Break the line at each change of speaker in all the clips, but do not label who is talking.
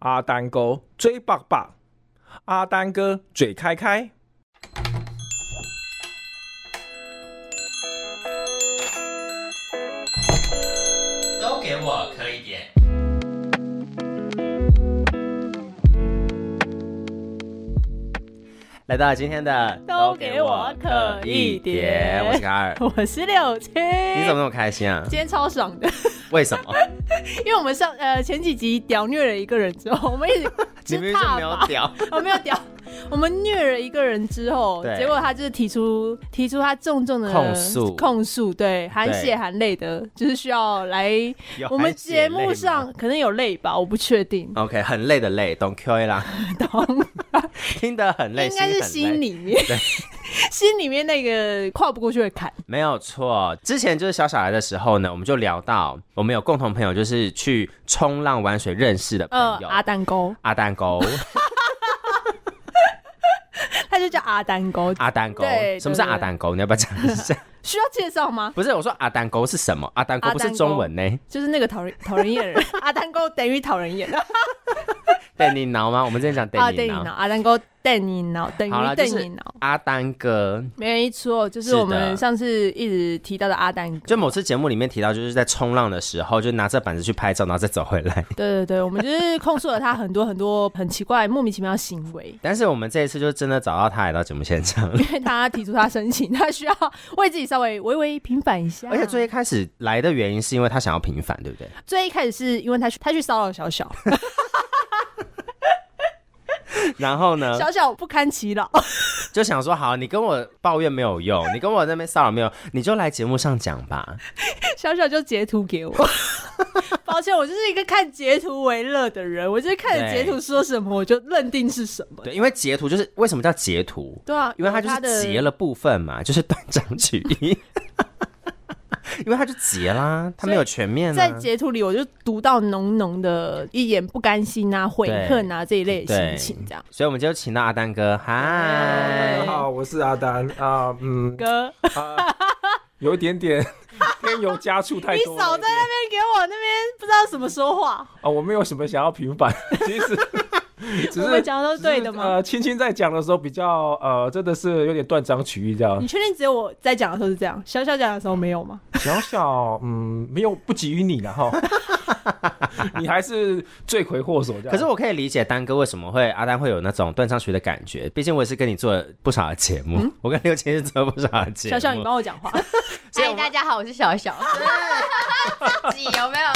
阿丹哥嘴巴巴，阿丹哥嘴开开。
都给我磕一点。来到今天的
都给我可一点
我是卡尔。
我是六七，
你怎么那么开 心啊？
今天超爽的，
为什么？
因为我们上呃前几集屌虐了一个人之后，我们一直
你明明就没有屌，
我没有屌，我们虐了一个人之后
对，
结果他就是提出提出他重重的
控诉
控诉对含
对
血含泪的，就是需要来
有
我们
含血泪
节目
吗，
上可能有泪吧，我不确定
OK 很累的累，懂 Q 啦，
懂
听得很累，
应该是
心很累
心里面
对，
心里面那个跨不过去的坎，
没有错，之前就是小小来的时候呢，我们就聊到我们有共同朋友，就是去冲浪玩水认识的朋
呃
友、
阿丹沟，
阿蛋狗，
他就叫阿丹沟，
阿蛋狗
对，
什么是
对对
阿蛋狗？你要不要讲一 下？
需要介绍吗？
不是，我说阿蛋狗是什么？阿蛋狗不
阿
是
蛋狗
中文呢？
就是那个讨人讨人厌的人， 阿丹哥等于讨人 厌啊，
邓你挠吗？我们之前讲邓
邓
你
颖
挠
脑，。阿丹哥邓颖脑等
好了，
于
就
邓
是
颖脑，
阿丹哥。
没错，就是
是的
我们上次一直提到的阿丹 哥。
就某次节目里面提到，就是在冲浪的时候，就拿着板子去拍照，然后再走回来。
对对对，我们就是控诉了他很多很多很奇怪、莫名其妙的行为，
但是我们这一次就真的找到他来到节目现场，
因为他提出他申请，他需要为自己稍微微微平反一下。
而且最一开始来的原因是因为他想要平反， 对不对？
最一开始是因为他去他去骚扰小 小，
然后呢，
小小不堪其 扰，
就想说好，你跟我抱怨没有用，你跟我在那边骚扰没有，你就来节目上讲吧。
小小就截图 给我。抱歉，我就是一个看截图为乐的人，我就是看着截图说什么，我就认定是什么。
对，因为截图就是为什么叫截图？
对啊，
因为它
他
就是
的
截了部分嘛，就是断章取义。 因为它就截啦，它没有全面、啊。
在截图里，我就读到浓浓的一眼不甘心啊、悔恨啊这一类的心情，这样。
所以我们就请到阿丹哥，
大
嗨
家，好，我是阿丹啊，嗯，
哎哥，
啊有一点点 添油加醋太
你
多了。
少在那边给我那边不知道怎么说话，
啊，我没有什么想要平反， 其 实只
我们
是
讲的都是对
只
的
是
吗？
呃，青青在讲的时候比较呃，真的是有点断章取义这样
你。确定只有我在讲的时候是这样，小小讲的时候没有吗？
小小嗯，没有不及于你了 哈，你还是罪魁祸首这样。
可是我可以理解丹哥为什么会阿丹会有那种断章取义的感觉，毕竟我也是跟你做了不少的节目，我跟刘琴是做了不少的节目。
嗯小小，你帮我讲话，
嗨，大家好，我是小小。 自己有没有？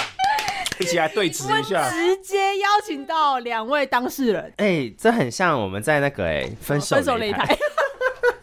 一起来对啊峙一下。
直接邀请到两位当事人，
哎、这很像我们在那个哎、分手
哦分手擂台，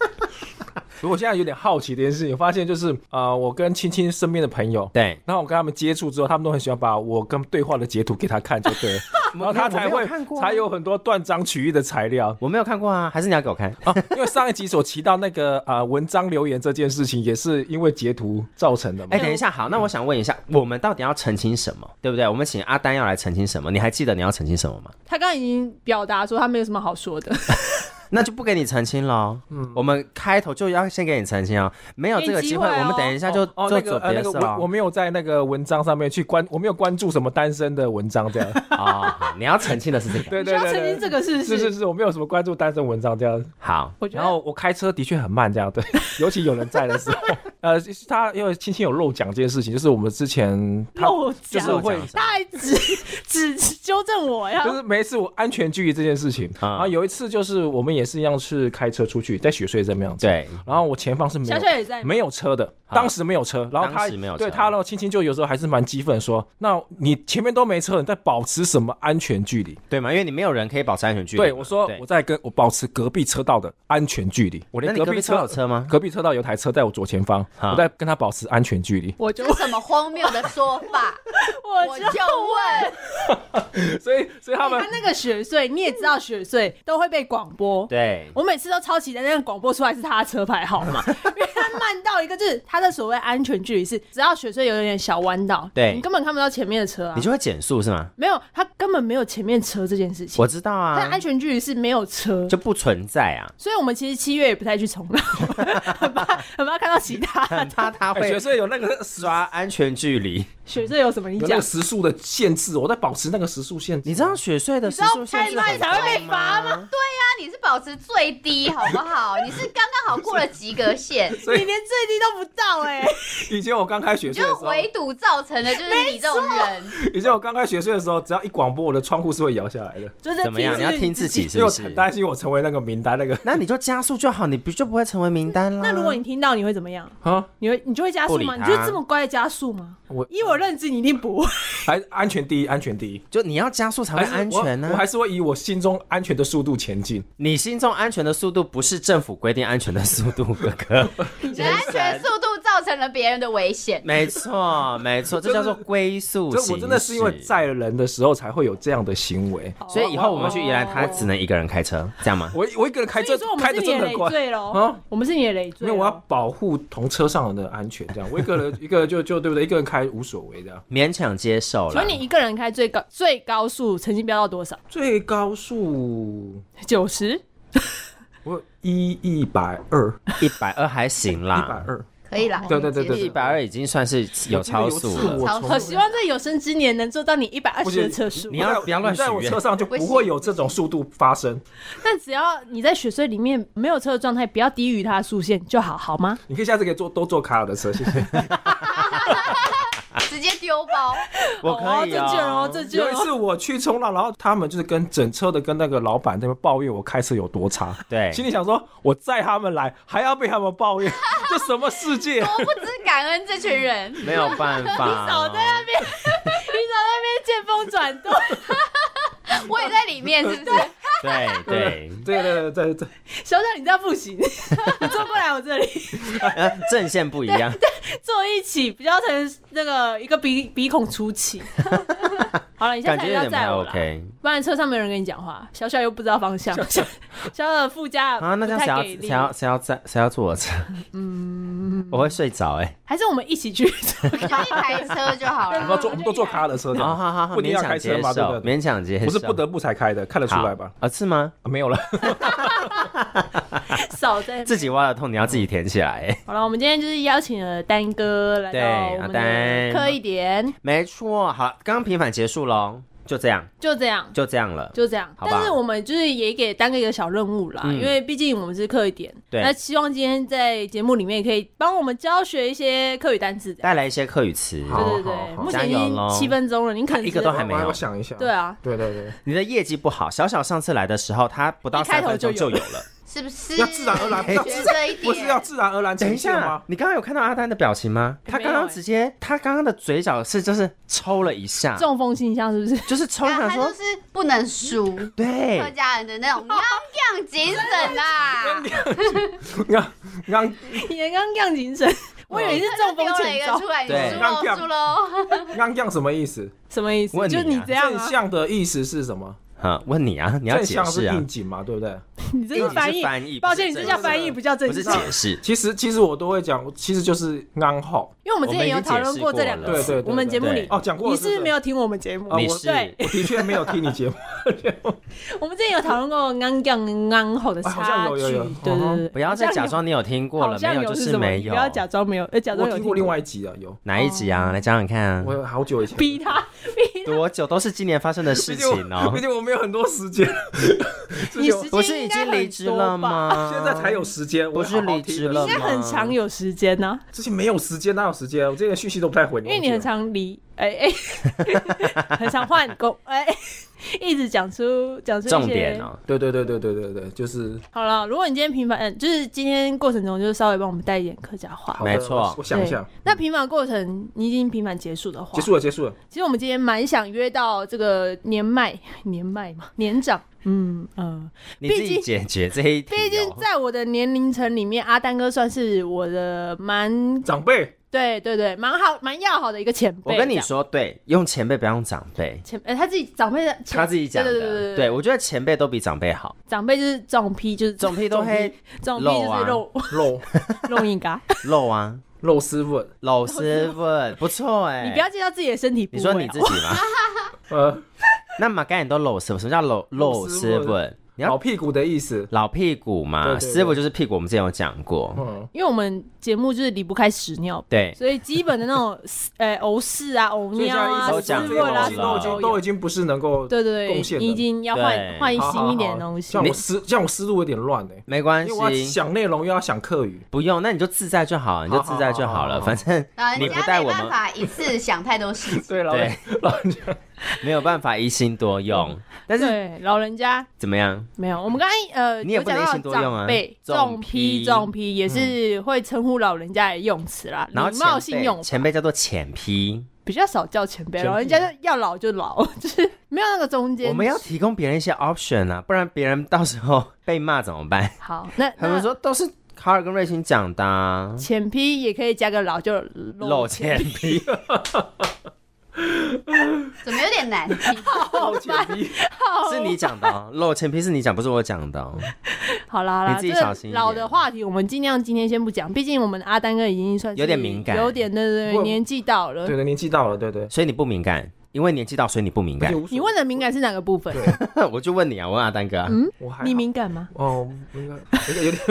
如果现在有点好奇的一件事情，我发现就是呃，我跟青青身边的朋友，
对，
然后我跟他们接触之后，他们都很喜欢把我跟对话的截图给他看，就对了，然
哦
后他才
我没
会
有看过啊
才有很多断章取义的材料。
我没有看过啊，还是你要给我看？
啊，因为上一集所提到那个呃文章留言这件事情，也是因为截图造成的嘛。
哎、等一下，好，那我想问一下，我们到底要澄清什么，对不对？我们请阿丹要来澄清什么？你还记得你要澄清什么吗？
他刚刚已经表达说他没有什么好说的，
那就不给你澄清喽。嗯，我们开头就要先给你澄清哦，没有这个机会，
给你机会哦
我们等一下就
哦，
做
那个
做
呃
别
那
的
个
事
我我
喽。
没有在那个文章上面去关，我没有关注什么单身的文章这样。
哦，好 你要澄清的是这个。
对
你
对
要
对
澄
对
清这个事不
是是是，我没有什么关注单身文章这样。
好，
我觉
然
得
后我开车的确很慢，这样对， 尤其有人在的时候，呃，就是他因为青青有漏讲这件事情，就是我们之前他
漏
就
讲
是会
漏讲
他还 指指纠正我呀
就。是每一次我安全距离这件事情，
啊
然后有一次就是我们也是一样是开车出去，在雪隧这边样子，
对，
然后我前方是没有
小小也在吗
没有车的，
好
当时没有车，然后他
当时没有车
对他，然后青青就有时候还是蛮激愤说，那你前面都没车，你在保持什么安全距离？
对嘛，因为你没有人可以保持安全距离嘛。
对我说
对
我在跟我保持隔壁车道的安全距离，我
那
连
你
隔
隔壁车
车
有车吗
隔壁车道有台车在我左前方，
啊
我在跟他保持安全距离，
我就
这是什么荒谬的说法？
我
我
就
就问，
所以所以他们
他那个雪穗，你也知道雪穗都会被广播。
对，
我每次都超期待那个广播出来是他的车牌号码，因为他他慢到一个，就是他的所谓安全距离是，只要雪隧有点小弯道，
对
你根本看不到前面的车啊
你。就会减速是
嗯
吗？
没有，他根本没有前面车这件事情
我。知道
但
啊
安，全距离是没有车，
就不存在啊。
所以我们其实七月也不太去 冲浪，很怕很怕看到其他
很怕他
哎
会
学生有那个
抓安全 距离。
雪隧有什么你
有那
讲
个？时速的限制，我在保持那个时速限制。
你知道雪隧的时速限制
你知道开慢才会被罚
吗？
啊那你是保持最低好不好？你是刚刚好过了及格线，
所
你
以
连最低都不到哎、
以前我刚开学
你
岁的时
就
候，
围堵造成的，就是你这种人。
以前我刚开学岁的时候，只要一广播，我的窗户是会摇下来的，
就是 在
怎么样？你要听自己
因
是
为
不
我
是
很？担心我成为那个名单那个
那你就加速就好，你不就不会成为名单啦？
那如果你听到，你会怎么样？
啊，
你会你就会加速
不理
吗？
他
你就这么乖的加速吗？
我
依我认知，你一定不会。
还安全第一，安全第一，
就你要加速才会哦安全呢、
我我还是会以我心中安全的速度前进。
你心中安全的速度不是政府规定安全的速度，哥哥。
你的安全速度造成了别人的 危险。
没错，没错，这叫做龟速
这
行驶。
我真的是因为载人的时候才会有这样的行为。
所以以后我们去宜兰，他只能一个人开车，这样吗？
我我一个人开
所
这
以说我们
开
是
的
你
真
的
的
累
快，
赘喽。
啊
我们是你的累赘
因
哦咯。
为我要保护同车上人的安全，这样我一个人一个人就就对不对？一个人开无所谓这样。
勉强接受
请
了
问。你一个人开最高最高速曾经飙到多少？
最高速
九十？
我一一百二，
一百二还行
一百
啦，
二，
可以啦，
哦对对对
可以接
一
受
百二已经算是有超速
我记得有一次
了。
我
超
从
速
我希望在有生之年能做到你一百二
不
十
行
的车速
你。要不要乱
你在我
许愿
车上就不会有这种速度发生。
但只要你在雪隧里面没有车的状态，不要低于它的速限就好，好吗？
你可以下次可以坐都坐卡尔的车，谢 谢。
哦
直接丢包，
我可以
这句哦，
哦，
这句
有一
哦。
次我去冲浪，然后他们就是跟整车的跟那个老板在那边抱怨我开车有多差，
对
心里想说我载他们来还要被他们抱 怨，这什么世界？
我不知感恩这 群人。
没有办法。
少在那边，你少在那边见风转舵，
我也在里面，是 不
啊
是？
对对，
对对对对对，
小小你这样不行， 你坐过来我这里，
呃，阵线不一样。
坐一起比较成那个一个鼻鼻孔 出气。好了，你下
感
次
觉
还是
有
要
点不
载
太
我啦
OK
不然车上没有人跟你讲话，小小又不知道方向，小 小的副驾
啊！那这样
不
谁
太
要
给
谁
力
要谁要在谁要坐我车？ 嗯，我会睡着哎。
还是我们一起去？
我们就一台车就
啊
好
我
了
们。坐我们都坐卡尔的车，这
好
样
好好好，
不一定
勉
要
强
开
接
车
受
嘛，对不对？
勉强接受，
不是不得不才开的，看得出来吧？
好？啊，是吗？
啊没有了，
少在那 边
自己挖的痛你要自己填起来 哎。
好了，我们今天就是邀请了丹哥来
对啊
到我们
阿丹
的科一点，
没错，好，刚刚平反结束喽，就这样，
就这样。
就这样了。
就这样，
好吧
但是我们就是也给丹哥一个小任务啦，
嗯
因为毕竟我们是课一点，
对
那希望今天在节目里面可以帮我们教学一些课语单词这样。
带来一些课语词，
好
对对对，目前已
加油
经
咯
七分钟了，您可能
一个都还没有
我要想一下。
对啊，
对对 对，
你的业绩不好，小小上次来的时候，他不到
一开
三
头
分钟
就
就
有
有 了。
是不是？
要自然而然
哎
觉得这一点
不是要自然而然
等
呈
一
现
下
吗，？
你刚刚有看到阿丹的表情吗？他刚
没有
刚
欸
直接，他刚刚的嘴角是就是抽了一下，
中风现象是 不是？
就是抽，
啊
想
他
说
就是不能输，客
对，
家人的那种娘娘精神啊！
让让
你刚刚样精神，我以为是中风
丢了
前
一个
兆
出，来，你
对
输喽，输喽！
让样什么意思？
什么意思？
问你
就
啊
是你这样
正
啊，
向的意思是什么？
啊，问你啊，你要
正
解
向
释
是
啊
应，景嘛，对不对？
你这是翻
你
译
是，翻译
抱歉，你这叫
不是
翻译，不叫正
不是
常。
解释，
其实其实我都会讲，其实就是安好。
因为我们之前也有讨论过这两
我
个
们
已
词，
经解释过了对对对
我们节目里
对
哦，讲过了
你是不
不
是没有听我们节目
啊？
你
我
是
对，
我的确没有听你节目，
我们之前有讨论过安降跟安吼的
哎好
差
像有
距，
有有
对对
嗯
对
哼，
不要再假装你有听过
好
了，没
像
就是是
什么
没
你
有。
不要假装没哦有，呃，假
我
装有
听过另外一集啊，有
哪一集啊？来讲讲看啊，
我有好久以 前。
逼他逼他，
多久都是今年发生的事
毕
情
竟我
哦
毕。竟我没有很多时间，
你时
不
间
是
应
已
该
经
很
离职
多
了
吧？
吗？
现在才有时间，我
不是
好好
离
听
职
你
了
应该很常有时间啊呢、
之前没有时间，哪有时间？我这个讯息都不太回你，
因为你很常离，哎、哎， 很常换工，哎、 一直讲出讲出一些
重点。哦。
对对对对对对对，就是
好了，如果你今天平凡，嗯就是今天过程中，就是稍微帮我们带一点客家话
好。的
没错
我我想一想
对，那平凡过程你已经平凡结束的话，
结束了结束了，
其实我们今天蛮想约到这个年迈、年迈嘛、年 长，嗯嗯，
你
毕
自己解
竟
决这一题、哦。
毕竟在我的年龄层里面，阿丹哥算是我的蛮
长辈
对对对，蛮好蛮要好的一个前辈。
我跟
这
你
样，
说，对，用前辈不要用长辈，
前哎、他自己长辈的前
他自己讲的。
对对对对
对我觉得前辈都比长辈 好，
长辈就是重批，就是
长辈都 啊黑
重批就
肉
是肉
肉
肉硬嘎。
肉啊，
肉丝粉，
老 师傅不错 哎、
你不要介绍自己的身体部
你
位、啊
说你自
好不好
己吗？
呃，
那马盖你都老师傅，什么叫老老
老
师
师傅
傅？你
老
要
屁股的意思。
老屁股
对
嘛，
对对
师傅就是屁股，我们之前有讲过。
嗯，
因为我们节目就是离不开屎尿，
对，
所以基本的那种 呃呕屎啊、呕
所以现
尿
在一直
都
啊、
都
屎
讲
讲
味
这
过
个
啦
东
了
西，
什
都
么
已经
都有
都已经不是能够
对对
贡
对，
献
你已
了。
经要
对
换换
好好
新一点
好
的东西
像。我思像我思路有点乱哎，
没关
因为我要
系，
想内容又要想课语，
不用，那你就自在就好，你就自在就好了，
好好好好
反正
老
你
人
不
家
带
没
我
办
们，
法一次想太多事情。
对老
对
人老人家嗯
没有办法一心多用。但是
对老人家
怎么样？
没有，我们刚才呃，
你也
有
不能
讲到
一心多用啊
长辈
重
重批
批嗯
重批也是会称呼老人家的用词啦，
然后
礼貌性
前
用
辈前辈叫做浅批，
比较少叫前辈，
前辈
老人家就要老就老， 就是没有那个中间。
我们要提供别人一些 option 啊，不然别人到时候被骂怎么办？
好，那
他们
那
说都是卡尔跟瑞欣讲的、啊，
前批也可以加个老就
露浅 批，
怎么有点难？
抱歉，你
是你讲的、哦，露浅批是你讲，不是我讲的、哦。
好啦好啦，
你自己
这个
小心一点
老的话题我们尽量今天先不讲，毕竟我们阿丹哥已经算是
有点敏感
有点对对
不
对，
过
年纪到了
对。对，年纪到了，对对，
所以你不敏感，因为年纪到，所以你不敏感
而且。无所
你问的敏感是哪个部分？
我就问你啊，我问阿丹哥、啊，
我还好
你敏感吗？
哦，应该有点，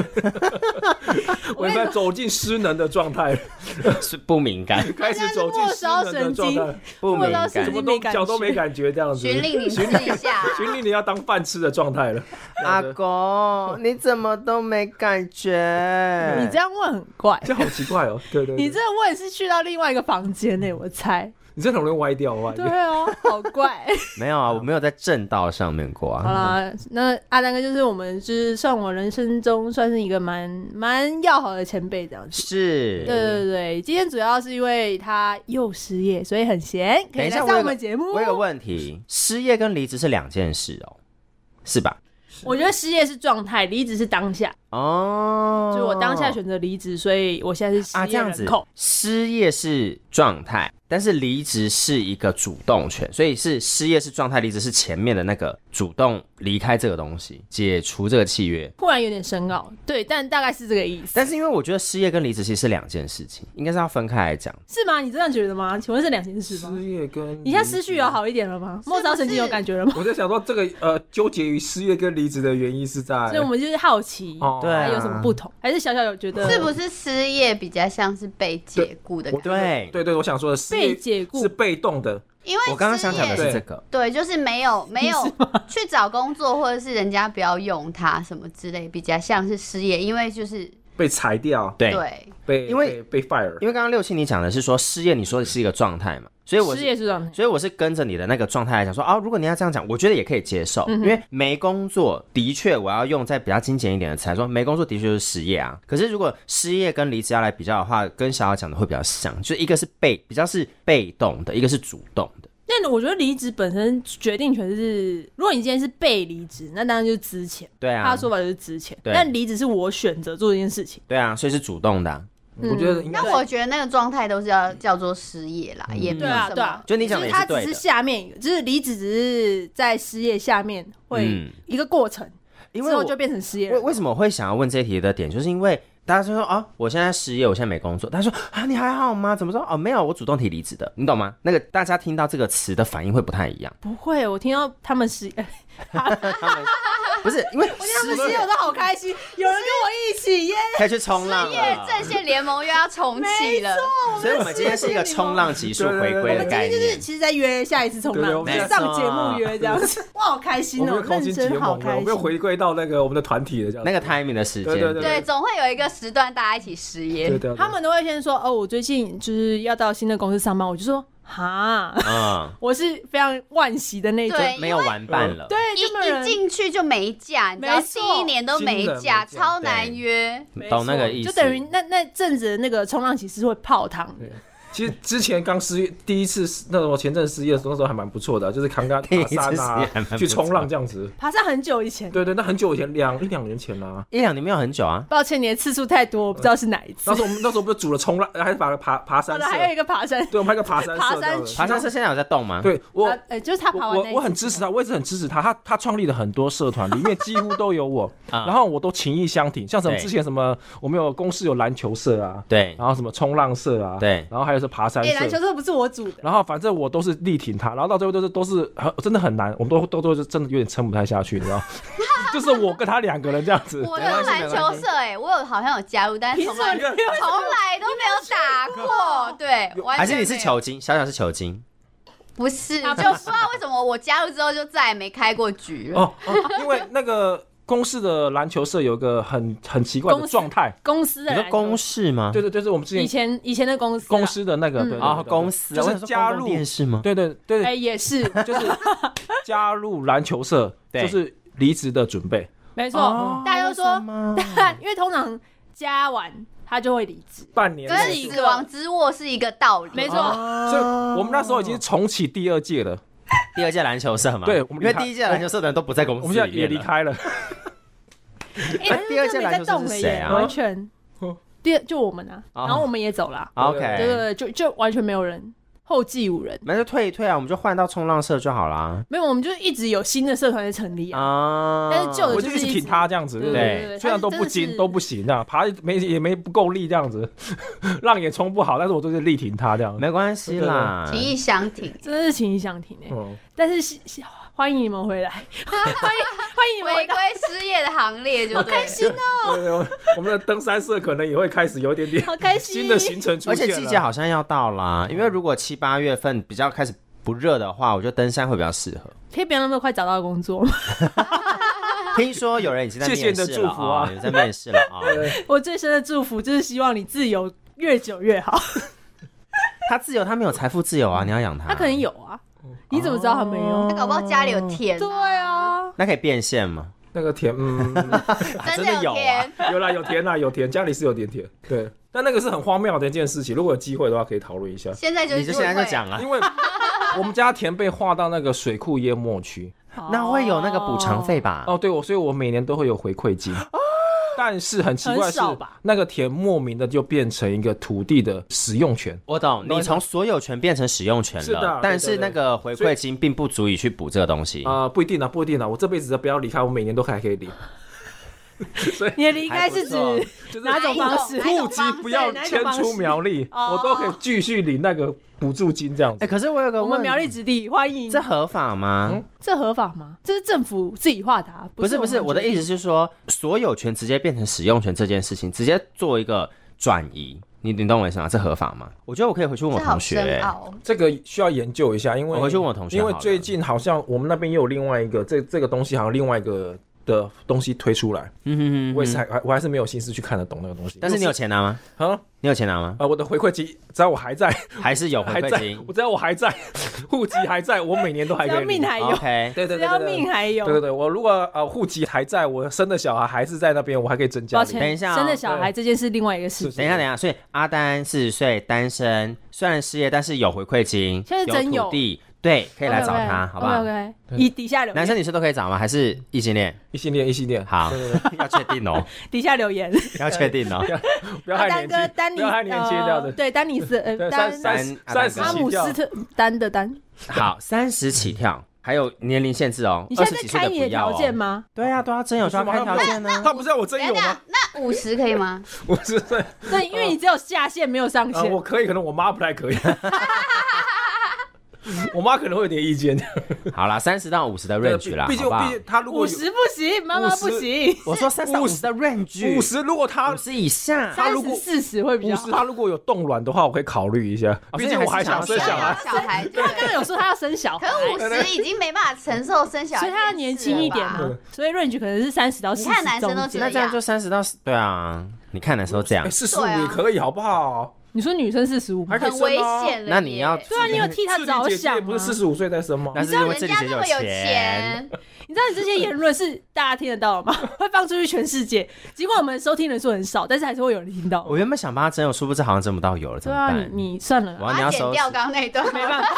我应该走进失能的状态，
是不敏 感，
开始走进失能的状态，
不敏感
我知道是
怎
你
么都脚都没感觉这样子。
循令你试一下，
群里你要当饭吃的状态了，
阿公，你怎么都没感 觉？
你这样问很怪，
这好奇怪哦。对对，对
你这问是去到另外一个房间呢，我
哎
猜。
你这很容易歪掉，歪
对
掉。
哦，好 怪。
没有啊，我没有在正道上面过
好
啊。
啦，那阿丹哥就是我们，就是算我人生中算是一个蛮蛮要好的前辈这样子。
是，
对对对，今天主要是因为他又失业，所以很闲，可
等
以
一
来
下
上
我有
我
个
们节目。
我有个问题，失业跟离职是两件事哦，是吧？
我觉得失业是状态，离职是当下。
哦，
就是我当下选择离职，所以我现在是失
啊，这
业
样子
人口。，
失业是状态，但是离职是一个主动权，所以是失业是状态，离职是前面的那个主动离开这个东西，解除这个契约。
突然有点深奥，对，但大概是这个意思。
但是因为我觉得失业跟离职其实是两件事情，应该是要分开来讲。
是吗？你这样觉得吗？请问是两件事吗
失？业跟
你现在思绪有好一点了吗？末梢神经有感觉了 吗？
我在想说这个呃，纠结于失业跟离职的原因是在，
所以我们就是好奇，
哦
对
它
啊
有什么不同？还是小小有觉得
是不是失业比较像是被解雇的感觉？
对，
对对，我想说的失业
被解雇
是被动的，
因为
我刚刚想讲的
失业
是这个，
对，就是没 有没有去找工作，或者是人家不要用他什么之类，比较像是失业，因为就是
被裁掉，
对，
对
被
因为
被被 fire，
因为刚刚六七你讲的是说失业，你说的是一个状态嘛，所以我
失
是
业是状态？
所以我是跟着你的那个状态来讲说，啊，如果你要这样讲，我觉得也可以接受，
嗯
因为没工作的确，我要用再比较精简一点的词来说，没工作的确就是失业啊。可是如果失业跟离职要来比较的话，跟小雅讲的会比较像，就是一个是被比较是被动的，一个是主动的。
那我觉得离职本身决定权是，如果你今天是被离职，那当然就是之前。
对
他
啊
的，说法就是之前，
对
但离职是我选择做这件事情。
对啊，所以是主动的啊、
嗯
我觉得应该
那我觉得那个状态都是要叫做失业啦，也没
对
有
啊，
什
对啊
么，
嗯就你讲的也
他
是
只
对
是
的，
下面一个，就是离职只是在失业下面会
嗯
一个过程，
因
之
为
后
我
就变成失业
为
了。
为什么我会想要问这一题的点，就是因为大家就说啊，我现在失业，我现在没工作。他说啊，你还好吗？怎么说？哦，没有，我主动提离职的，你懂吗？那个大家听到这个词的反应会不太一样。
不会，我听到他们失业，
不是因为
我听他们
失
失业
业
我都好开心，有人跟我一起 耶！
可以去冲浪
失业
了，
阵线联盟又要重启了，
所以我们今天是一个冲浪级数回归的概
今天就是
念。
其实在约下一次冲
对
浪，
我们
就是
在
上节目约这样子， 哇，好开心
我们
哦
又，靠
认
近结
真好
盟了，
开
我们又
心。
回归到那个我们的团体的这样
那。个 timing 的时间，
对对对
对，总会有一个时段大家一起失
对
业。
对，对
他们都会先说哦，我最近就是要到新的公司上班，我就说哈，
嗯，
我是非常惋惜的那种。
对
没有玩伴了，
对，
一
这么
一
人
进去就没假，你知道
没错
第一年都没
新人没
假，
假
超
对
难约。
懂那个意思，
就等于那那阵子的那个冲浪其实是会泡汤的
对，其实之前刚失业，第一次那种前阵失业的时候，那时候还蛮不错的，就是扛个
第一
爬山
次失业还蛮不
啊，去冲浪这样子。
爬山很久以前，
对对，那很久以前，两一两年前啦、
一两年没有很久啊，
抱歉，你的次数太多，我不知道是哪一 次
那。时候我们那时候不是组了冲浪，还把爬爬
好
山
的，
社，
哦还有一个爬山，
对，我们还有一个爬山
爬
社这样
山
子。
爬山社现在有在动吗？，
对我
啊呃，就是他爬
我
完那
我
一
我很
次
支持他，我一直很支持他。他他创立了很多社团，里面几乎都有我，
啊
然后我都情意相挺。像什么
对
之前什么，我们有公司有篮球社啊，
对
然后什么冲浪社啊，
对
然后还有是爬山
哎，篮球
社。
社不是我组的，
然后反正我都是力挺他，然后到最后都是都是很真的很难，我们都都都是真的有点撑不太下去，你知 道， 就是我跟他两个人这样子。
我有篮球社哎、我有好像有加入，但是
凭
从
什么
来
你
从
没有
来都没有打过，对，完
还
全
是你是
没有
球精？小小是球精，
不是，
啊
就不知道为什么我加入之后就再也没开过局了。
哦哦，因为那个公司的篮球社有一个很很奇怪
公
的
司
状态，
公司
你
的
说
篮球
公式吗？
对对，就是我们之前
以前以前的公司啊，
公司的那个
嗯
对对
啊，
对对
公司
就
我
是
想说
加
公共
入
电视吗？
对对对
哎也是
就是加入篮球社，
对
就是离职的准备。
没
哦
错，大家都
为什
说，
么
因为通常加完他就会离职，
半年
跟
内
一个
死亡之握是一个道理，
没错
啊所以
哦
我们那时候已经重启第二届了，
第二届篮球社嘛，
对我们
因
离
为
开
第一届篮球社的人都不在公司，
我们现在也离。开了。
哎，
第二届
没
篮
在
球社
动
是谁
了耶，
啊
完全
哦。
第二就我们啊，
哦
然后我们也走了，
对
对
OK，
对对，就就完全没有人，后继无人。
那就退一退啊，我们就换到冲浪社就好啦。
没有，我们就一直有新的社团在成立啊。
啊，
但是旧的
我
哦就
就是一直
一直
挺他这样子，
对
不
嗯对
对
虽然都不
他真的
精
是
都不行啊，爬没也没不够力这样子，浪也冲不好，但是我都是力挺他这样。
没关系啦，
情意哦相挺。
真的是情意相挺哎。
嗯，
但是是是欢迎你们回来，欢迎欢迎你们回
回
到
归失业的行列，就对了。
对对，我 我们的登山社可能也会开始有一点点
好开心
新的行程出
而
现
且
了。嗯
季节好像要到啦，因为如果七八月份比较开始不热的话，我觉得登山会比较适合。
可以不要那么快找到工作吗？
听说有人已经在
谢
面
谢你的
试了
祝福啊
有人在面试了啊。
我最深的祝福就是希望你自由越久越好。
嗯他自由，他没有财富自由啊，你要养他。
他可能有啊，
嗯
你怎么知道他没有？
哦
他啊搞不好家里有田、
对，啊，
那可以变现吗？
那个田， 嗯，
真
真
的
的有啊
田。
有啦，有田啦，有田，家里是有点田。对，但那个是很荒谬的一件事情，如果有机会的话，可以讨论一下。
现在就
你就现在就讲
了。
啊
因，为我们家田被划到那个水库淹没区。
哦
那会有那个补偿费吧？
哦，对，我所以我每年都会有回馈
啊
金。但是很奇怪的是
很少吧，
那个田莫名的就变成一个土地的使用权。
我懂，你从所有权变成使用权
是的
了
对，
但是
对对
那个回馈金并不足以去补这个东西。
啊、不一定啊，不一定啊，我这辈子不要离开，我每年都还可以领。
你的离开是指
还不
就是
哪种方式
哪一
户
种
籍
方式
不要
哪一种
迁
方式
出苗栗，
哦
我都可以继续领那个补助金这样子。
哎，可是我有个
我们
问
苗栗子弟欢迎
这？合法吗
嗯？
这合法吗？这是政府自己画的啊，
不是不是，
们
我的
决
意
定
思是说，所有权直接变成使用权这件事情，直接做一个转移，你你懂我意思吗？这合法吗？我觉得我可以回去问我
这好
同学、
深
欸。
奥，
这个需要研究一下，因为
我回去问我同学
因
好了
为最近好像我们那边也有另外一个这这个东西，好像另外一个的东西推出来，
嗯哼哼
我也是还还我还是没有心思去看得懂那个东西。
但是你有钱拿吗？
啊
你有钱拿吗？
啊！我的回馈金只要我还在，
还是有回
还
馈
在
金，
我只要我还在，户籍还在，我每年都还
只
可
要
以
命
领。
还有，
？OK，
对对对
只
对
要
对
命还
对对
有。
对，我如果呃户籍还在，我生的小孩还是在那边，我还可以增加
抱
领。
歉，
等一下哦
生的小孩这件事另外一个事
是
情
是。
等一下等一下，所以阿丹四十岁单身，虽然失业，但是有回馈金，
现在真有
土地，对，可以来找他，好不好？
？OK，以底下留
男
言，
生女生都可以找吗？还是异性恋？
一系列一系列，
好
对，对对
要确定哦，
底下留言。
要确定哦。
不要害
丹
年
啊哥，
纪，
丹尼，
不要害年纪这样
呃
子。
对，丹尼斯，呃，
对
丹
三三
丹
三
丹
十
阿
起
姆
跳
斯，特丹的丹。
好，三十起跳，还有年龄限制哦
你，
二
现
十
在在
几岁
开
的
你
不
的
要
条件
哦。
吗？
对啊，对啊，真有说要开条件呢。
他不是要我真有
等一
吗
下？那五十可以吗？
我是在
对，因为你只有下限没有上
啊，我
限。
可以，可能我妈不太可以。 我妈可能会有点意见，
好啦，三十到五十的 range 啦，
毕竟
好不好
毕竟她如
五
果
十不行，妈妈不行，
我说三十到五十的 range，
五十，如果她
五十以下，
他
三
如果
十四十会比
五
较
十，
好。
她如果有冻卵的话，我可以考虑一下。毕竟我还想
哦
啊
所
生
以还是想要
小孩，
小孩，对。
他刚刚有说他要生小
可
孩，
五十已经没办法承受生小孩，
所以他要年轻一点
对
啊
嘛，所以 range 可能是三十到四
你
十
看男生都
中
这
间
样。
那这样就三十到对啊，你看男生都这样
哎，，四十五
对啊
也可以，好不好？
你说女生四十五吗
而？且
很危
生啊
险了
哦
耶。
那你要
对啊，你有替她
自力
着
哎姐
想、
姐
啊。
不是四十五岁再生吗？
那是因为
人
这里
家
姐姐
那么
有钱，
钱，
你知道你这些言论是大家听得到 吗？会放出去全世界，尽管我们收听人数很少，但是还是会有人听到。
我原本想帮他征友，殊不知好像征不到友了，怎
对
么
啊，
办？
你你算了啦，
我要
把
你
它
要
剪
收拾，
掉刚刚那一段，
没办 法，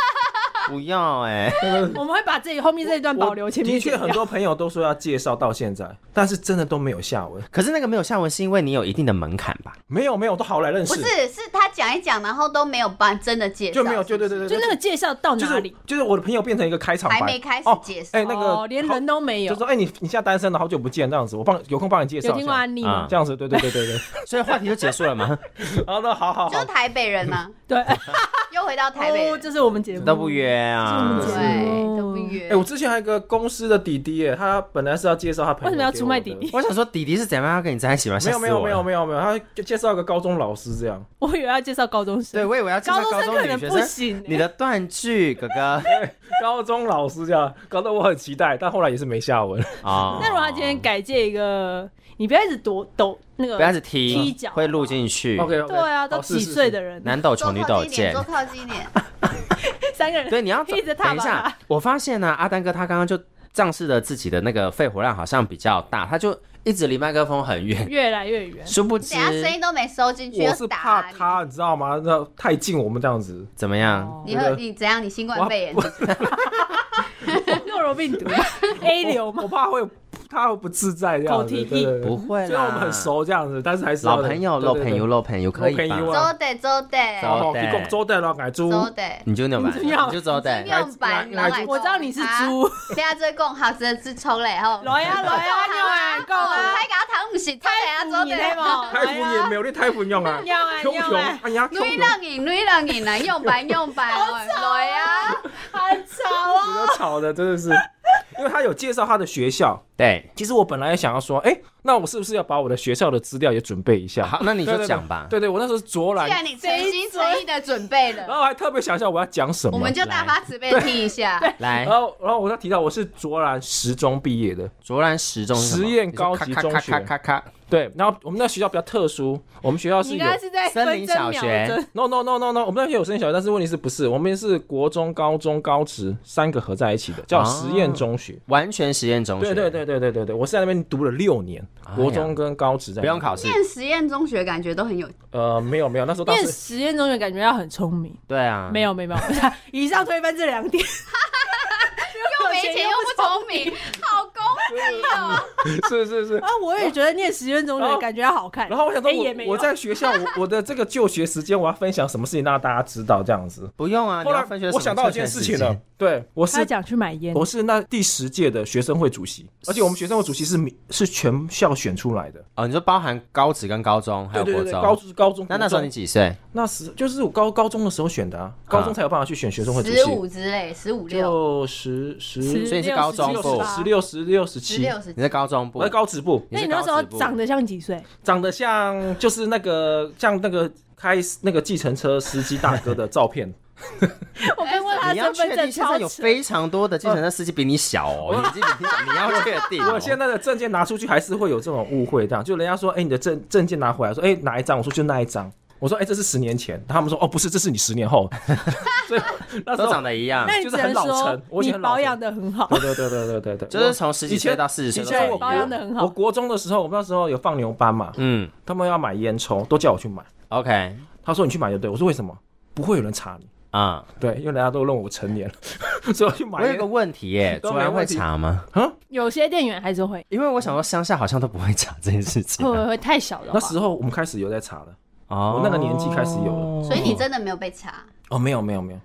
不要哎、
我们会把这里后面这一段保留，前面
的确
剪
很
掉。
多朋友都说要介绍到现在，但是真的都没有下文。
可是那个没有下文，是因为你有一定的门槛吧？
没有没有，都好来认
不
识，
是是他讲一讲，然后都没有把真的介绍，
就没有，对对
是不是
对对，
就那个介绍到
就
哪里
是？就是我的朋友变成一个开场白，
还没开始介绍
哦哎，那个
哦连人都没
就
有
说，哎，你你现在单身了，好久不见，这样子，我帮有空帮你介
有
绍一
听过
下，
安利
啊
吗？
这样子，对对对对对。
所以话题就结束了吗？
好的，好好
哦
就是
好，
台北人嘛，
对，
又回到台北
哦，
人，
这是我们节目
都不，约啊
这，么
对，都不约
哎、。我之前还有一个公司的弟弟耶，他本来是要介绍他朋友，
为什么要出卖弟弟？？
我想说弟弟是怎么样要跟你在一起吗？
没
吓
有
死
没有
我
没有
了。
没有没有，他就介绍一个高中老师这样。
我以为要介绍高中
对，
生，
我以为要介绍
高中
高
生
中
可能
女
不
学
行
生，你的断句哥哥
高中老师这样，搞得我很期待，但后来也是没下文。
哦
那如果他今天改介一个，你不要一直抖抖那个，
不要是踢
踢脚
会录进去。
OK，, o k
对啊，
哦
都几岁的人，
男抖
坐
丑女
靠
抖
近一点，
贱
坐。靠近 一点，
三个人
对，你要
一直踏
等一
板
下
啊，
我发现呢、阿丹哥他刚刚就仗势的自己的那个肺活量好像比较大，他就一直离麦克风很远，
越来越远。
殊不
等
知
一下声音都没收进去，
我
又
是
打
怕
你
他，你知道吗？那太近我们这样子，
怎么样？
哦
你会你怎样？你新冠肺炎是不是
肉瘤病 毒哎 A 流
我
吗？
怕会他会不自在这样
狗踢
子。对
踢
对对
不会啦
虽然我们很熟这样子，但是还是
老朋友，
老
老朋友，。老朋友，可以
老朋友
吧
啊？
周得周得
哦，
对
一共周代了，改猪，
周得，
你就那吧，
你就要
你就走的
不。用板
来来
老奶
我知道你是
啊
猪，
不要做讲，学生之冲嘞吼。
来 啊来啊，你有来讲啊，
太搞糖唔是，太啊做
你嘞
的。
嘛，
太服也没有，你太服用啊，
要啊
穷
要
穷，
啊
哎呀，穷穷，
女人赢，女人赢 啊，用板用板，来啊！
很吵啊。
比 较吵的真的是，因为他有介绍他的学校，
对，
其实我本来也想要说，哎、那我是不是要把我的学校的资料也准备一下？
好，那你就讲吧。
对对，我那时候卓然，
既然你诚心诚意的准备
然
了，
后还特别想一下我要讲什么。
我们就大发慈悲地听 一下。
来
然，后，然后我再提到我是卓然十中毕业的，
卓然十中是什么
实验高级中学
你说咔咔咔咔咔
对。然后我们那学校比较特殊，我们学校是
你
有
刚刚是在
森林
分针
小
秒
学
针
no no no no no，我们那学校有升小学，但是问题是不是我们是国中、高中、高职三个合在一起的，叫实验中学。
完全实哦验中学。哎
对对对对对对对，我是在那边读了六年，国中跟高职在
不
那边
用考试。
念实验中学感觉都很有，
呃，没有没有，那时候当
念
时
实验中学感觉要很聪明，
对啊，
没有没有没有，以上推翻这两 点，
又没钱又不聪明，好公 平哦！
是是是
啊，我也觉得念实验中
然
学
后
感觉要好看。
然后我想说
哎也没
我，
有
我在学校，我我的这个就学时间，我要分享什么事情让大家知道，这样子。
不用啊。你
后
要
来
分学什么
我想到一件事情了，对，我
他
是
讲去买烟，
我是那第十届的学生会主席，而且我们学生会主席是民是全校选出来的，
哦，你说包含高职跟高中还
对
有
对
国
对
中。
对，高中高中。
那那时候你
国中
几岁？
那时就是我高高中的时候选的啊，高中才有办法去选学生会主席
十，五之类，十五六、
就十十
16
所以你是高中哦
16
部
18
十六十六十
十
七，
六、十
你在高中部
我在。高职部，
那
是
你那时候
高职部
长得像几岁？
长得像就是那个像那个开那个计程车司机大哥的照片。
我刚问他
你要
啊身
确
份证
定现在
超
有
扯，
非常多的计程车司机比你小哦，年纪比你小，你要确定哦。
我现在的证件拿出去还是会有这种误会，这样就人家说，哎、你的证证件拿回来，说，哎、哪一张？我说就那一张。我说，哎、这是十年前。他们说，哦，不是，这是你十年后。 所以那时
都
候
长得一样，
那你
就
只
是很
能
老
说
成我以前
你
很老
保
成
养的很好。
对对对对对对对，
就是从十几岁到四十
以
岁
前以
都
前
长得
我
一
保养
样
得。很好
我国中的时候，我们那时候有放牛班嘛，
嗯
他们要买烟抽，都叫我去买。
，OK，
他说你去买就对，我说为什么？不会有人查你。
啊，
对，因为人家都认为我成年了， 所以我去买
我有个
烟。
问题耶，
都
主
没
人会
问题
查吗？
有些店员还是会，
因为我想说乡下好像都不会查这件事情
会不会太小了吧？
那时候我们开始有在查了。
哦
我那个年纪开始有了
所以你真的没有被 查，
哦，没有没有没有，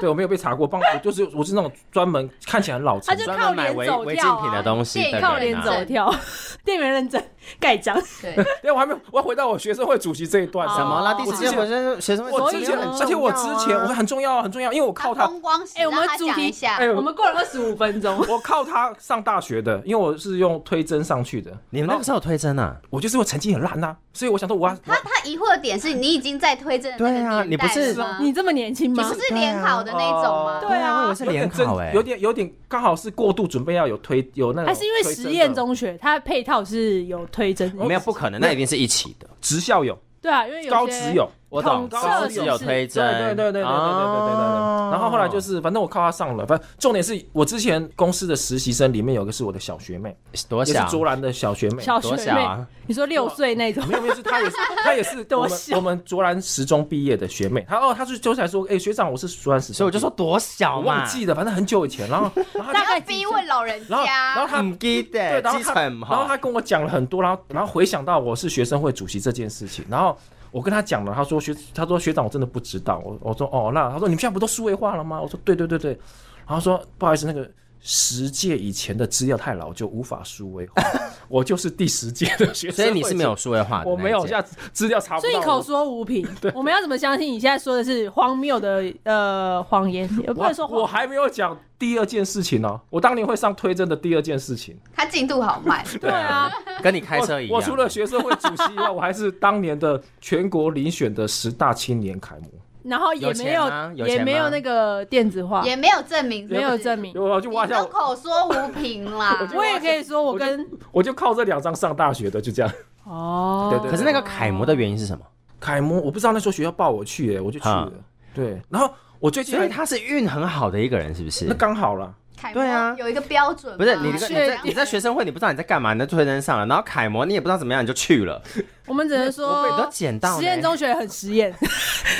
对我没有被查过，帮我就是我是那种专门看起来很老成
他就
的，
专门买违
靠脸走
违
掉啊
禁品的东西的
对
靠
人
脸
啊
走跳， 店员认真盖章。
对，
哎，我还没有，我要回到我学生会主席这一段。
哦
怎么了？第
我
十
之
届
前
学生学生会
我
所
之
以
前
呢，
而且我之前我很重要啊，很重要，因为我靠
他
他，
风光史，
哎我们
让他
主
讲
题
一下，
哎，
我们过了二十五分钟，
我靠他上大学的，因为我是用推甄上去的，
你们那个时候有推甄啊？
我就是我成绩很烂呐，所以我想说我要
他他疑惑的点是你已经在推证的那个
对啊
年代
你不是
了 吗
你这么年轻
你
吗
不？是联考的那一种吗？
对啊
我以为是
有
联
点真
考哎，
有点有点刚好是过度准备要有推有那种，
欸还是因为实验中学它的配套是有推甄的？
没有不可能，那一定是一起的。
职校有
对啊，因为有些
高职有，
我懂，
统测
高
是
职
不
有
是
推
对
甄，
对对对对对对对对对
哦
对。然后后来就是，反正我靠他上了。反正重点是我之前公司的实习生里面有个是我的小学妹，
多
也是
小
卓兰的小学妹。
小学
多小
妹
啊，
你说六岁那种，
没有没有，是她也是她也是
多
我们
小
我们卓兰十中毕业的学妹。她哦，她就纠缠说，哎，学长，我是卓兰十中，
所以我就说多小
我
嘛，
忘记了，反正很久以前。然 后然后
不
她
要逼问老人
然后然后
家。
她
唔记
对，
得，
然后
记
他，
性唔
然后
好
他。跟我讲了很多，然后然后回想到我是学生会主席这件事情，然后我跟他讲了，他说学，他说学长我真的不知道，我我说哦，那他说你们现在不都数位化了吗？我说对对对对，然后说不好意思，那个十届以前的资料太老旧，无法数位 化，我就是第十届的学生，
所以你是没有。数位化的那一届，
我没有，现在资料查不
所
到。
以口说无凭。我们要怎么相信你现在说的是荒谬的呃谎言？也不
我
能说
我
谎，
还没有讲第二件事情呢、我当年会上推甄的第二件事情，
他进度好慢，
对啊，跟你开车一样。
我我除了学生会主席以外，我还是当年的全国遴选的十大青年楷模。
然后也
有
没
钱吗有
也
钱
没有
吗
那个电子
啊
化，
也没有证明，
没有证，明。
有我去
你
挖一下
都
我，
口说无凭 啦。
我就
我也可以说我跟
我就靠这两张上大学的，就这样。
哦，
对对
可是那个楷模的原因是什么？
楷模，我不知道那时候学校报我去、耶，我就去了
哈。
对，然后我最近
所
还
以他是运很好的一个人，是不是
那？刚好了，
楷模
对啊
有一个标准吗，
不是你这个
是
你
确
在你在学生会，你不知道你在干嘛，你在推甄上了，然后楷模你也不知道怎么样，你就去了，
我们只能说
我被都捡到呢
实验中学很实验，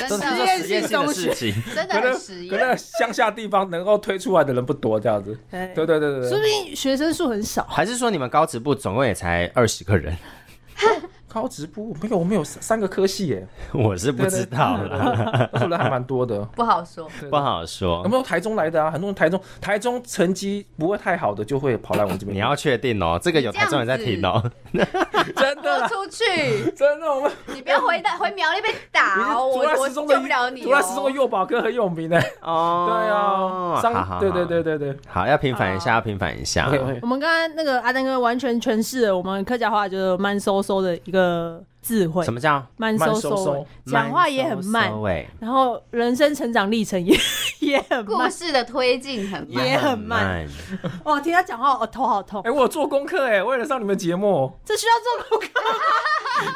真
都是
的
做实验性的事情。
真的
可能
很实
可
验，
能乡下地方能够推出来的人不多，这样子。
对
对对对对
哎
对，
说不定学生数很少。
还是说你们高职部总共也才二十个人？
高职部没有，我们有三三个科系 耶，
我是不知道
对
了，
对那时候人还蛮多的。
不好说。
不好
有
说。
没有台中来的啊？很多人台中台中成绩不会太好的，就会跑来我们这边。
你要确定哦，这个有台中人在听哦。
真
啊
的
多
啦，
出去，
真的我们
你不要回到回苗栗被打哦，
你
我
是
我
竹
救
中
不了
的
你哦。
竹赖十中的幼保哥很有名的。对 啊，
哦好好
商
好
对对对啊对对。
好，要平反一下，要平反一下。
OK OK，
我们刚刚那个阿丹哥完全诠释了我们客家话就是慢嗖嗖的一个智慧
什，么叫
慢嗖
慢嗖嗖
嗖，讲话也很慢，
哎，
然后人生成长历 程也也很
故
慢。
事的推进很慢，
也很慢，。哇！听他讲话，我头好痛
哎，。我有做功课哎，为了上你们节目，
这需要做功课，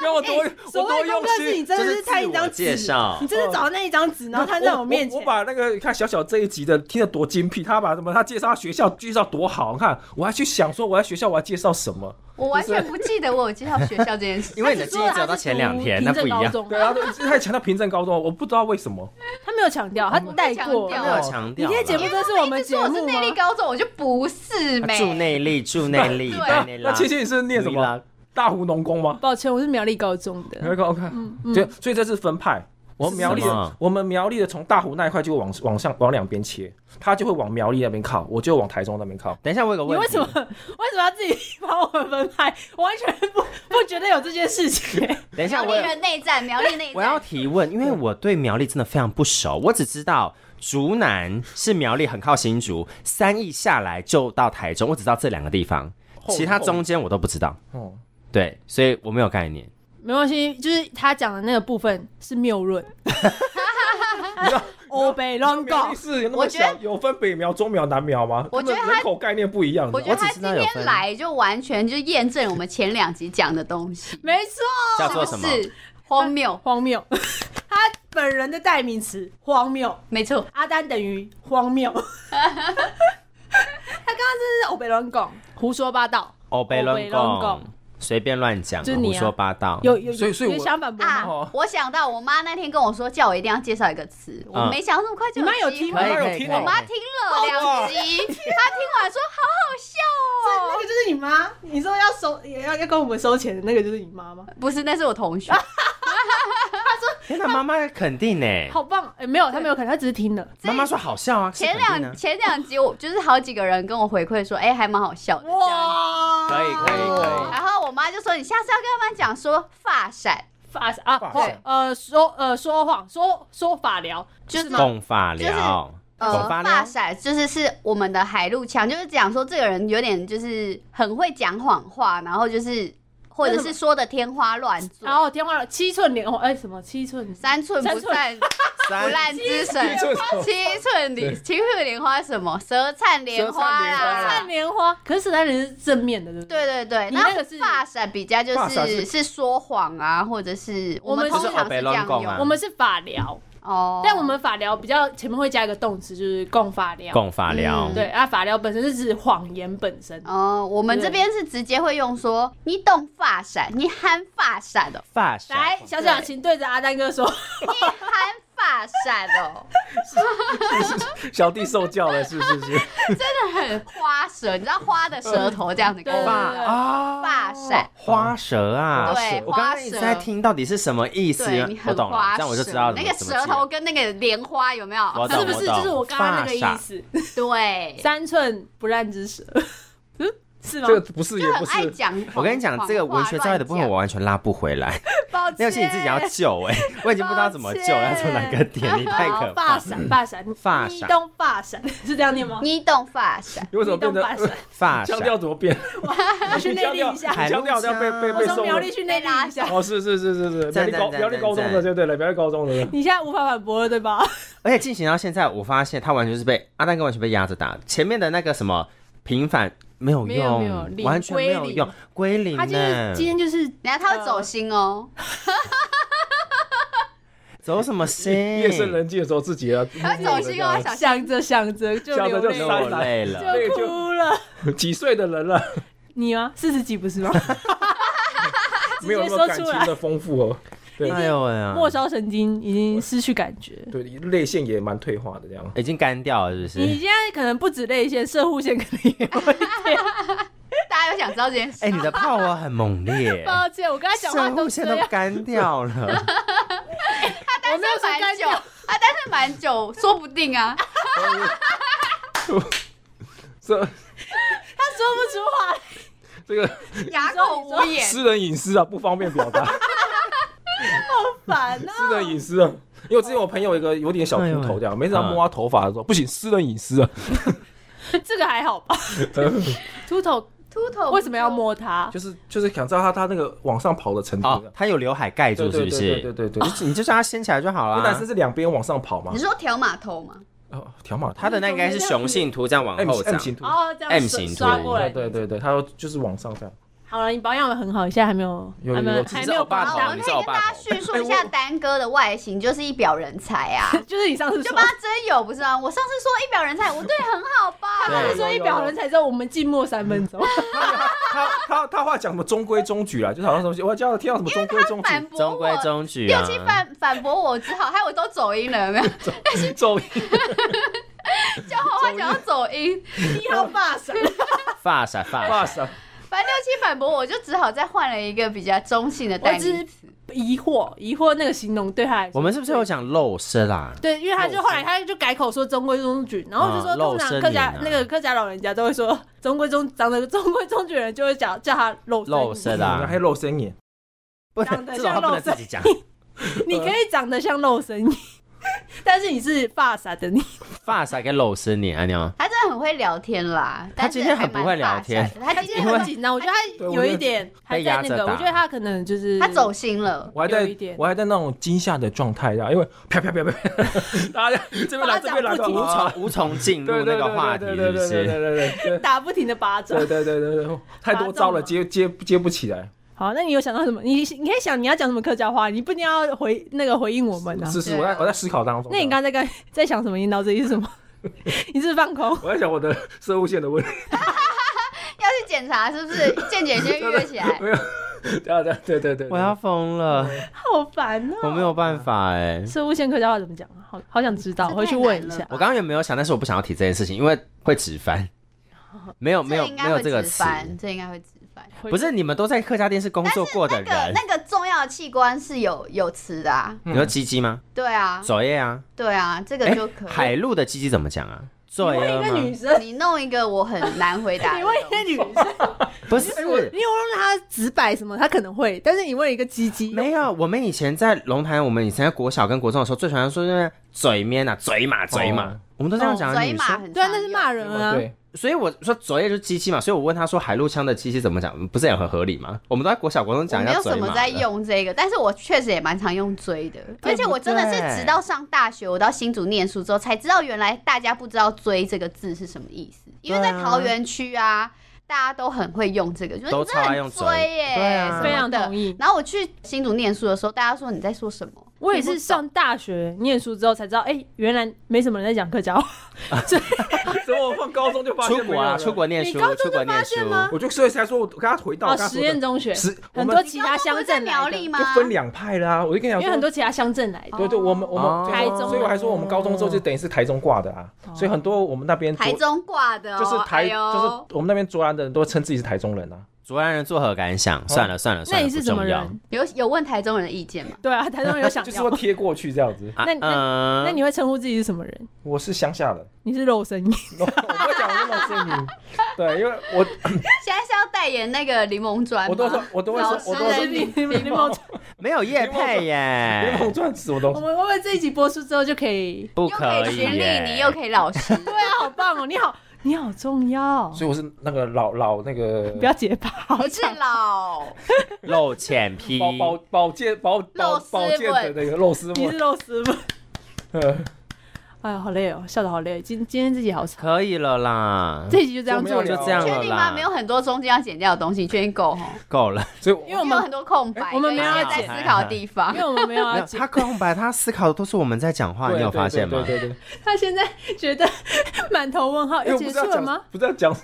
让我多我
哎所
多
谓功
用
课是你
心。
真的
这
是
是
看一
自
张
我
纸
介绍，
你真的找到那一张纸，然后摊在我面前
我。把那个你看小小这一集的听得多精辟，他把什么他介绍学校介绍多好，你看我还去想说我在学校我要介绍什么，
我完全不记得我有介绍学校这 件事。
因为你的记忆只有到前两天，那
他只
不一
说他
样
是。读平
对
镇高中
啊，他他还强调平镇高中，我不知道为什么，
他没有强调，他带过
我没。有
没有强
你
调啦。
今天节目真的是我们节
说我是
目
内力
吗？
高中，我就不是
啊
没。
住内力，住内力，
对
丹内拉
那琪琪你是念什
尼拉
么大湖农工吗？
抱歉，我是苗栗高中
苗
的。
栗高看，对，所以这是分派。我们苗栗
是什么
的，我们苗栗的从大湖那一块就往往上往两边切，他就会往苗栗那边靠，我就往台中那边靠。
等一下，我有个
你
问
为
题
什么 为，什么要自己帮我们分派？ 我完全不不觉得有这件 事情。
等一下
苗
我
栗人内战，苗栗内
我要
战，
提问，因为我对苗栗真的非常不熟，我只知道竹南是苗栗很靠新竹，三义下来就到台中，我只知道这两个地方，
后
其他中间我都不知道。
哦，
对，所以我没有概念。
没关系，就是他讲的那个部分是 谬论。 欧北乱
苗
搞
栗，是有那
我
么
觉得
小，有分北苗、中苗、南苗吗？
我觉得
他
它
们人口概念不一样。
我觉得
我
他
只
今
知道有
天
分
来就完全就验证我们前两集讲的东西，
没错，
叫
是
做
不
什么？
是荒谬？
荒谬。他本人的代名词荒谬，
没错，
阿丹等于 荒谬。他刚刚真的是欧北乱搞，胡说八道，
欧贝伦
欧北乱
贡，随便乱讲，
就是你
胡
啊
说八道。
有有
哦所以所以
有
我
想反驳吗？
啊
哦！
我想到我妈那天跟我说，叫我一定要介绍一个词，我
嗯
没想到那么快就
你妈有
机
听
会
吗
我妈有
可
听
以可以
哦
我妈听
哎
了两集，她听完说好好
那
笑哦。
个就是你妈，你说要收也要要跟我们收钱的那个就是你妈吗？
不是，那是我同
啊
学，
天哪，妈妈肯定呢。
好棒！哎、没有，他没有可能，他只是听了。
妈妈说好笑啊，是
前
肯定
两
啊
前两集我就是好几个人跟我回馈说，哎，还蛮好笑的。这样
哇
可以可以可
然后我妈就说，你下次要跟他们讲说发
哦
闪，
发啊，
发
或
闪
呃说呃说谎说说法疗，
就是是
以，
吗？
共发聊，
呃
共，发
发
聊，
闪就是是我们的海陆腔，就是讲说这个人有点就是很会讲谎话，然后就是或者是说的天花乱坠
然，后天花板七寸莲花，哎，什么七寸？
三寸不散不
三
烂之神
七寸，
七寸莲七寸莲花什么舌灿莲花啊
舌灿莲花
啦
看。莲花，啊可是史丹林是正面的，对不对？
对对对，
你那
那
个是
发闪比较就
发闪
是
是
是说谎啊，或者是我们
我们
通
是
常
欧
是
北
这
乱
样
供啊
用
我们是法疗，
哦，
但我们法疗比较前面会加一个动词，就是共法疗。
共法疗
嗯，
对啊，法疗本身是指谎言本身。
哦，我们
对
这边是直接会用说你懂发闪，你喊发闪哦，
发闪
来，小小，请对着阿丹哥说，
喊发闪 哦，
小弟受教了，是不是？是
真的很花舌，你知道花的舌头这样子勾
对
吗？
对
啊
发闪，
花蛇啊，
对
我刚刚一直在听到底是什么意思
对你，
我
很
懂了
花，
这样我就
舌
知道
那
怎么
个
怎么
舌
记
头跟那个莲花有没有？
我懂
是不
我
是
懂
就是我刚刚那个意思？
对，
三寸不烂之舌， 嗯是吗
这？个不是也
就
不
很爱
是，
讲。
我跟你讲，这个文学障碍的部分 我完全拉不啊回来，
抱歉，
那游戏你自己要救哎、 我已经不知道怎么救，要从哪个点，你太可怕
好发
了。
闪发闪
发
你
闪
东发闪 是这样念吗？
你懂发闪，
你为什么
你
变
东
成
发闪，
发
腔
闪，
调怎么变？
我去内地一下。
你腔调要被被
我
被
从
送
苗
了
栗。去内地一下。
哦，是是是是是，苗
赞
栗高
赞赞
苗栗高中的
赞
就对了，苗栗高中的。
你现在无法反驳了，对吧？
而且进行到现在，我发现他完全是被阿蛋哥完全被压着打，前面的那个什么平反没有
没有没有
用，
零
完全没有
归零
用，归零
他就是
呢？
今天就是，
然后他会走心哦。
走什么心？
夜深人静的时候，自己要
他走心哦，小
想着想着就
想着
流
就
泪
删
了，
我
了，
累 了，
对
就
就
哭了。
几岁的人了，
你吗？四十几不是吗？
嗯没有那么感情的丰富哦。对
哎呦喂啊，
末梢神经已经失去感觉。
对，泪腺也蛮退化的这样。
已经干掉了，是不
你
是？
现在可能不止泪腺，射护腺可能也会 掉。，
大家有想知道这件事？啊
哎，你的炮火很猛烈
抱歉，我刚才讲
射
话都
护
这
线都
样，
干掉 了。
单身蛮久，啊，单身蛮久，说不定 啊。
这
他说不出话来。
这个
哑口无言。
私人隐私啊，不方便 表达，
烦啊！
私人隐私啊。因为我之前我朋友一个有点小秃头这样，每次他摸他头发的时候，不行，私人隐私 啊，
这个还好吧？秃头
秃 头
为什么要？摸它？
就是就是想知道他他那个往上跑的程度
哦，，他有刘海盖
对
住，是
对
不
对
是？
对对对对。
你你就叫他掀起来就好啊
因为男生
啦。
是两边往上跑嘛
你，说调码头吗？
哦，条码头
他的那应该是雄性秃，这样往
M
后
M
长。
型图，
哦，这样
M
刷
型
刷
图
过来。
对对对，他说就是往上这样。
好了，你保养的很好，现在还没有，
有
还没
有
还
其
没
实
有
欧巴
保
好，
头
我
养，
们可以跟大家叙述一
哎
下丹哥的外形，就是一表人 才啊。
就是你上次
就
说
帮。他真有不是吗？我上次说一表人才，我对很好吧？
他
对
是说一表人才之后，我们静默三分钟。
他他他他话讲什么中规中矩啦，就是好像什么，我叫他听到什么中规中
反
矩，
驳
中规
我，
中矩
六
啊。
七反反驳我，只好害我都走音了，有没有？
走
叫花花讲要走音，
你好霸神，
发闪发
哇
闪，
塞，
反正六七反驳我，就只好再换了一个比较中性的
我
代
只
名
是
词。
疑惑，疑惑那个形容对他来
我
说。
们是不是有讲露啊丝啦？
对，因为他就后来他就改口说中规中矩，然后就说
啊
通
露
常
身
客家
脸啊
那个客家老人家都会说中规中长得中规中矩的人就会叫叫他露身
露身啊
嗯还露声音，
不
长
能，
得
这种话
像
不
肉
能自
身
己讲。
你可以长得像肉身，但是你是发傻的你。
发闪跟露丝你啊，你哦
他真的很会聊天啦，
他
但是
今天很不会聊天
还蛮大闪的他今
因
天
为
很
很紧张，我觉得他有一点还
被
在
压着
那个，
打
我觉得他可能就是
他走心了，
我还
有
在
一点
我还在那种惊吓的状态下，因为啪啪啪啪，啪大家这边来这边来的无
哦
常，
无从进入
对
那
对对
个话题，
对对
是不
对对对
是？
对对
打不停的巴掌
对。对对对对，太多招了，接接接不起来，
好，那你有想到什么？你你可以想你要讲什么客家话，你不一定要回那个回应我们啊。
是是，我在我在思考当中。
那你刚才在干在想什么？你脑子里是什么？你是不是放空？
我在想我的生物线的问题，
要去检查是 不是？健检先预约起来。
没有，对对对对对，
我要疯了，
好烦哦、
我没有办法哎。
射物线客家话怎么讲啊？好好想知道，
这太
回去问一下
难了。
我刚刚也没有想，但是我不想要提这件事情，因为会直翻。没有没
这
有
应
没
该
有
会
这个
直
词，
翻，这应该会直翻。
回去
不是你们都在客家电视工作过的
那个
人，
那个重要的器官是有有词的啊，
你说鸡鸡吗？
对啊，
左叶啊，
对啊，这个
哎
就，可
海
以。
陆的鸡鸡怎么讲啊？
你
左
问
叶
一个女
吗？
生，
你弄一个我很难回答的
你
东
问
西。
一个女生，哎
不是，
你有问她直白什么，她可能会，但是你问一个鸡鸡，
没有，我们以前在龙潭，我们以前在国小跟国中的时候，最喜欢说就是嘴面啊，嘴马，嘴马，
哦
我们都这样讲的
哦嘴
女
马
生。
很
对啊，那是骂
人。
人啊。
对，
所以我说左页就是机器嘛，所以我问他说海陆腔的机器怎么讲，不是也很合理吗？我们都在国小国中
我
讲一
没
下
有
嘴
什
嘛的
么在用这个，但是我确实也蛮常用追的，
对
而且
不
我真的
对
是直到上大学，我到新竹念书之后，才知道原来大家不知道“追”这个字是什么意思，因为
对
在
啊
桃园区啊。大家都很会用这个，就是
都
你真的
超爱用
很
追
追耶，
对啊
什么
非常
的
同意
然后我去新竹念书的时候，大家说你在说什么？
我也
听
是
不懂
上大学念书之后才知道，哎、原来没什么人在讲客家话。
怎么我放高中就发现
出
没
国
有
啊，
了
出国念
你
书
高，中
出国
就发
念
现
书，
吗
我就所以才说我跟他回到
哦，
我刚刚
实
说的
验中学
实，我
很
们
多其他乡
乡
镇
镇
来
苗
的，
栗
因
吗？
就分两派啦。我就跟你讲
为
说，
很多其他乡镇来的。
对对，我们我
哦
们
台
就
中
所以我还说我们高中之后就等于是台中挂的啊，所以很多我们那边
台
卓
中挂的、哦，
就是
哎
台
呦
就是我们那边卓兰的人都称自己是台中人啊，
卓然人作何感想？算了算了
哦那
算了，
你是
不
什么
重要
人？
有有问台中人的意见吗？
对啊，台中人有想
就是
要
会
吗。
贴过去这样子。
啊
那你
嗯
那你会称呼自己是什么人？
我是乡下人，
你是肉身，
我不会讲那种声 音，对，因为我
现在是要代言那个柠檬砖吗？
我都说我都会
老
说
师
我都会说
人
柠
民
哎你们你们，
没有叶配
檬
耶，
钻石什么
我
东西，
们会不会这一集播出之后就可以？
不
又可以
以
学
耶
历，你又可以老师，
对啊，好棒哦！你好， 你好重要，
所以我是那个老老那个
不要结巴，好
不是
长。
老。
露浅批，
保保保健保保
肉丝
保健的那个肉丝
你是
纹，
肉丝吗？
呃
哎呀，好累哦，笑得好累。今今天这集好长，
可以了啦，
这一集就这样
我
做
们要
就
聊
了。
这样
确
了
定吗？
啦，
没有很多中间要剪掉的东西，你确定够哈？
够了，
所以我
因为我
因为有
们
很多空白，
我们没有要
跟一些
剪
在思考的地方
因。为我们没有
没
要
有
结，
他空白，他思考的都是我们在讲话，
对
你有发现吗？
对对对对对，
他现在觉得 满头问号，
因为
要
我不
结
是
束
要
了吗
讲？不是要讲，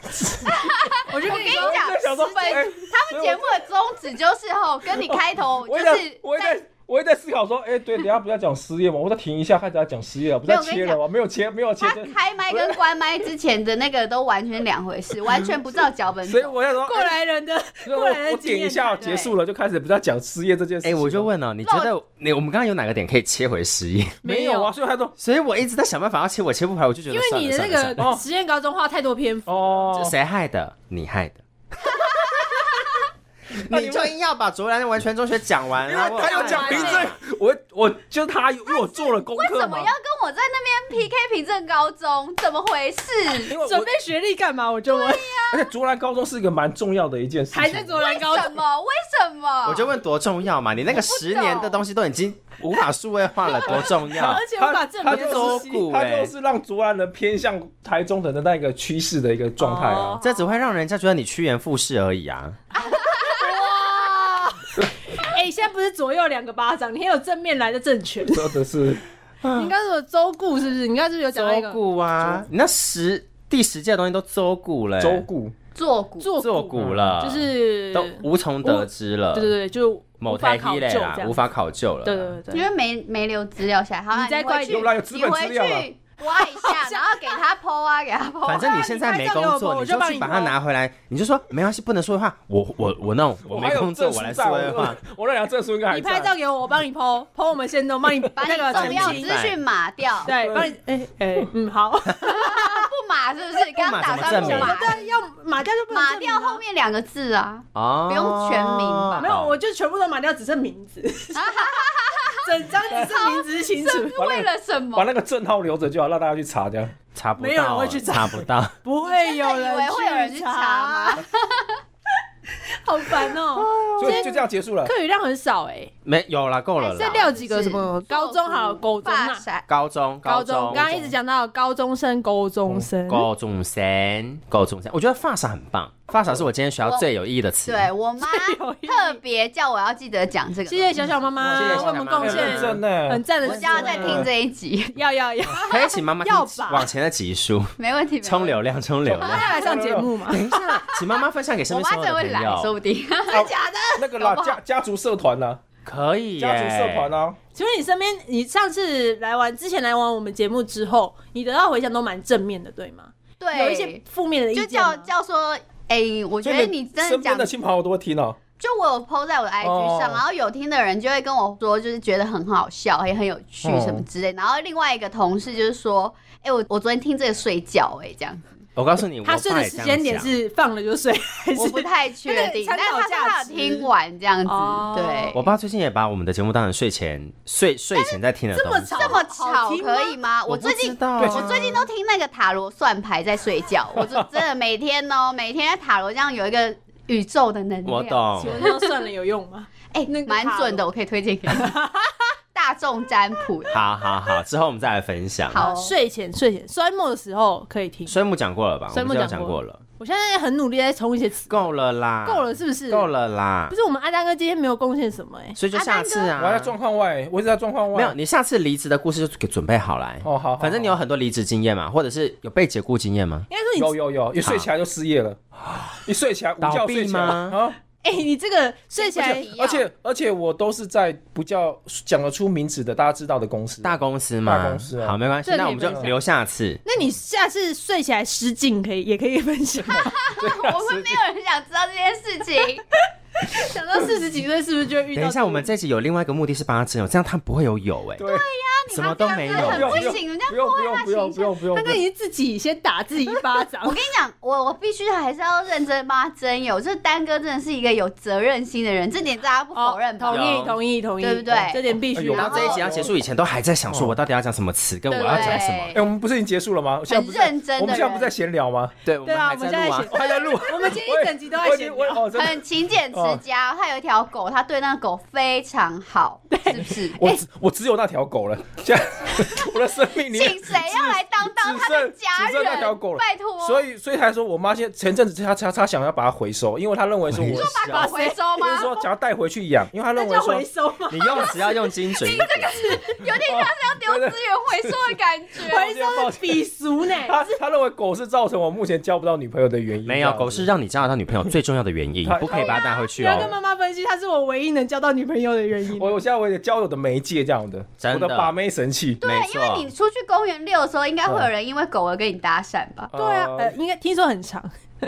我就跟你讲，
在想说
十分
哎
他们节目的宗旨就是吼，跟你开头
我
就
也在
是
我也在我也在思考说，哎，对，等一下不是要讲失业吗？我再停一下，看等一下讲失业了，不是要切了吗？没有切，没有切
他，开麦跟关麦之前的那个都完全两回事，完全不照脚本
所以
走。
我在说，
过来人的，
那
过来
我
人
我
的经
点
验
一下
谈。
结束了，就开始不是要讲失业这件事
哎、
情了。
我就问了，你觉得你我们刚刚有哪个点可以切回实验？
没有啊，所以他说
所以我一直在想办法要切，我切不回来，我就觉得
因为你的那
算了算了
算了
个实验高中化太多篇幅，
哦，
算了谁害的？你害的。
那你
你就硬要把卓兰完全中学讲完
因
啊！
为他有讲凭
欸
证，我我就是他，因为我做了功
为
课
什
嘛
么要，跟我在那边 PK 凭证高中？怎么回事？
因为我
准备学历干嘛？我就问，
而且竹篮高中是一个蛮重要的一件事情，
还在做人高
为什
中，
么？为什么？
我就问多重要嘛？你那个十年的东西都已经无法数位化了，多重要
而？且我
他
把
他
证明
就是
都
周顾
他
哎
就是让竹篮人偏向台中的那个趋势的一个状态 啊。
哦
这只会让人家觉得你趋炎附势而已啊！
哇！哎，现在不是左右两个巴掌，你还有正面来的正确。你
说的是
刚刚说周顾是不是？你刚刚是不是有讲到一
周
个
顾啊，你那十第十届的东西都周顾了、
周顾，
做股
做
做
顾，
古了，
就是
都无从得知了。
对对对，就
某
无法
台
考
一
究
类
这
啦，
样
无。法考究了。
对对对
因
对，
为没没留资料下来，好啦，
你再快
回去，
有啦有资
你
本
回
资料啦
去挖一下，然后给他剖啊，给他剖。
反正你现在没工作，你
对啊你拍照给我
就去把它拿回来，你就说没关系，不能说的话，我我我弄，我没
还有
工作，
证书
我来
在
说 的话。，
我我那两证书应该还
你拍照
在。
给我，我帮你 PO PO 我们先动，帮你
把
那
你
个
重要
澄
资
清
讯码掉，
对，帮你哎哎嗯好。
不码是不是？刚刚打算
不
不
码
码，
对，要码掉就不能
码
证明
掉
啊
后面两个字啊。
哦，
不用全名吧
没有，我就全部都码掉，只剩名 字，整张只剩名字清楚。
把那
为
个
了什
把
么？
那个证号留着就好，让大家去查这样。
查不到，
没有人会去查
查不到。
不会有
真的以为
人
会有人去查吗？
好烦哦！
所以就这样结束了。
课余量很少哎，
没有啦，够了
还
再
是
啦。
聊几个什么高中好了，高中
发
啊，
闪
高中，
高中
中，嗯
刚刚一直讲到高中生、高中生，
高中生，高中生，我觉得发傻很棒，发傻是我今天学到最有意义的词。
对 我妈
有意义
特别叫我要记得讲这个，
谢谢小小妈妈
谢谢
为
小小
我
妈
们
妈
哎
贡
认真欸
献
呢，
很赞的
我
思维，
叫她在听这一集，
要要要，
可以请妈妈听
要吧
往前的集数，
没问题。没问题
冲流，量，冲流
妈
量。
妈来上节目嘛？
等一下，请妈妈分享给身
我
边
妈
所
真
有
的
的
会来
朋，
说
友。
不 定。
真的假的？啊那个啦，
搞不好
家家族社团啦，
可以耶，
家族社团啊，
请问你身边，你上次来完之前来完我们节目之后，你得到回响都蛮正面的，对吗？
对，
有一些负面的意
就
见
叫
吗
叫说，哎、我觉
所以
得你真的
身
讲
边的亲朋友都会听哦。
就我有 PO 在我的 IG 上，
哦
然后有听的人就会跟我说，就是觉得很好笑，也很有趣
哦
什么之类。然后另外一个同事就是说，哎、我我昨天听这个睡觉、哎，这样子。
我告诉你，
他睡
我爸
的
也这
时
样
间点
讲
是放了就睡，还是
我不太确定，
它
但
的参考
他他
价
有
值
听完这样子，
哦
对，
我爸最近也把我们的节目当成睡前睡睡前在听的
哎这
东
么
西。
吵啊
这么
好
吵
听吗
可以吗？我
我不
最
知
近
道啊
我最近都听那个塔罗算牌在睡觉，我就真的每天哦，每天塔罗这样有一个宇宙的能量，
我懂
请，问那算了有用吗？
哎，
那个塔
蛮
罗
准的，我可以推荐给你。 大众占卜，
好好好，之后我们再来分享。
好
好
睡前睡前衰末的时候可以听。
水母讲过了吧？
水母
我们之前
讲
有讲
过
过了，
我现在很努力在从一些词
够了啦，
够了，，是不是？
啊够。了啦
不。是我们阿丹哥今天没有贡献什么哎、
所以就下次
我
啊，
还在状况外，我一直在状况外。
没有，你下次离职的故事就给准备好来。
哦，好好，
反正你有很多离职经验嘛，或者是有被解雇经验吗？
应该说你
有有有，一睡起来就失业了，一睡起来午
啊倒
觉
闭
睡起来
吗
啊，
哎、你这个睡起来
而且而且我都是在不叫讲得出名字的，大家知道的公司。
大公司嘛，
大公司啊
好，没关系，
这里
那我们就
分享
留下次。
那你下次睡起来失禁可以，也可以分享。
我会没有人想知道这件事 情。
想到四十 几岁是不是就会遇到？
等一下，我们这集有另外一个目的是帮他吃油，这样他不会有油哎，
对，
什么都没
真
有
的
不。用
很不行，人家
不用不用
他
不用不用不用
他，
不
刚
用
已经自己先打自己一巴 掌
我。跟你讲，我我必须还是要认真帮他真有，这丹哥真的是一个有责任心的人，这点大家不否认吧？
同
哦
意
有
同意同意，
对不对
这点必
哎
须。
有
然
吗
后这一集要结束以前，都还在想说我到底要讲什么词，跟我要讲什么。
哎，我们不是已经结束了吗？现在不是
认真的
我们现在
人
不是在闲聊吗？
对，我
对啊，我们
还
现在
在录 啊
写，。
还在录。
我们今天一整集都在闲
我已经
聊。
我哦，真的，
很勤俭持家，他有一条狗，他对那个狗非常好，是不是？ 哎
我只我只有那条狗了，现在 我的生命里面
请谁要来当当他的家
只剩
人？
那条狗了
拜
啊
托，
所以，所以才说我妈现在前阵子她她她想要把它回收，因为她认为说我
把狗回收
不是
吗？
说想要带回去养，因为她认
啊那
为
叫
说
回收吗？
你用词要用精准一点。
有点像是要丢资源回收的感 觉。
哎
回收是鄙俗呢。
她她认为狗是造成我目前交不到女朋友的原因。
没有，狗是让你交得到女朋友最重要的原 因
他，
不可以把它带回去
不
啊
要跟妈
哦。
妈分析，她是我唯一能交到女朋友的原因。
我我现在我的交友的媒介这样的，
真的
我的把妹神器。
对啊
没，
因为
错
你，出去公园遛的时候，应该会有人因为狗而跟你搭讪吧？
对啊，
呃
呃，应该听说很长。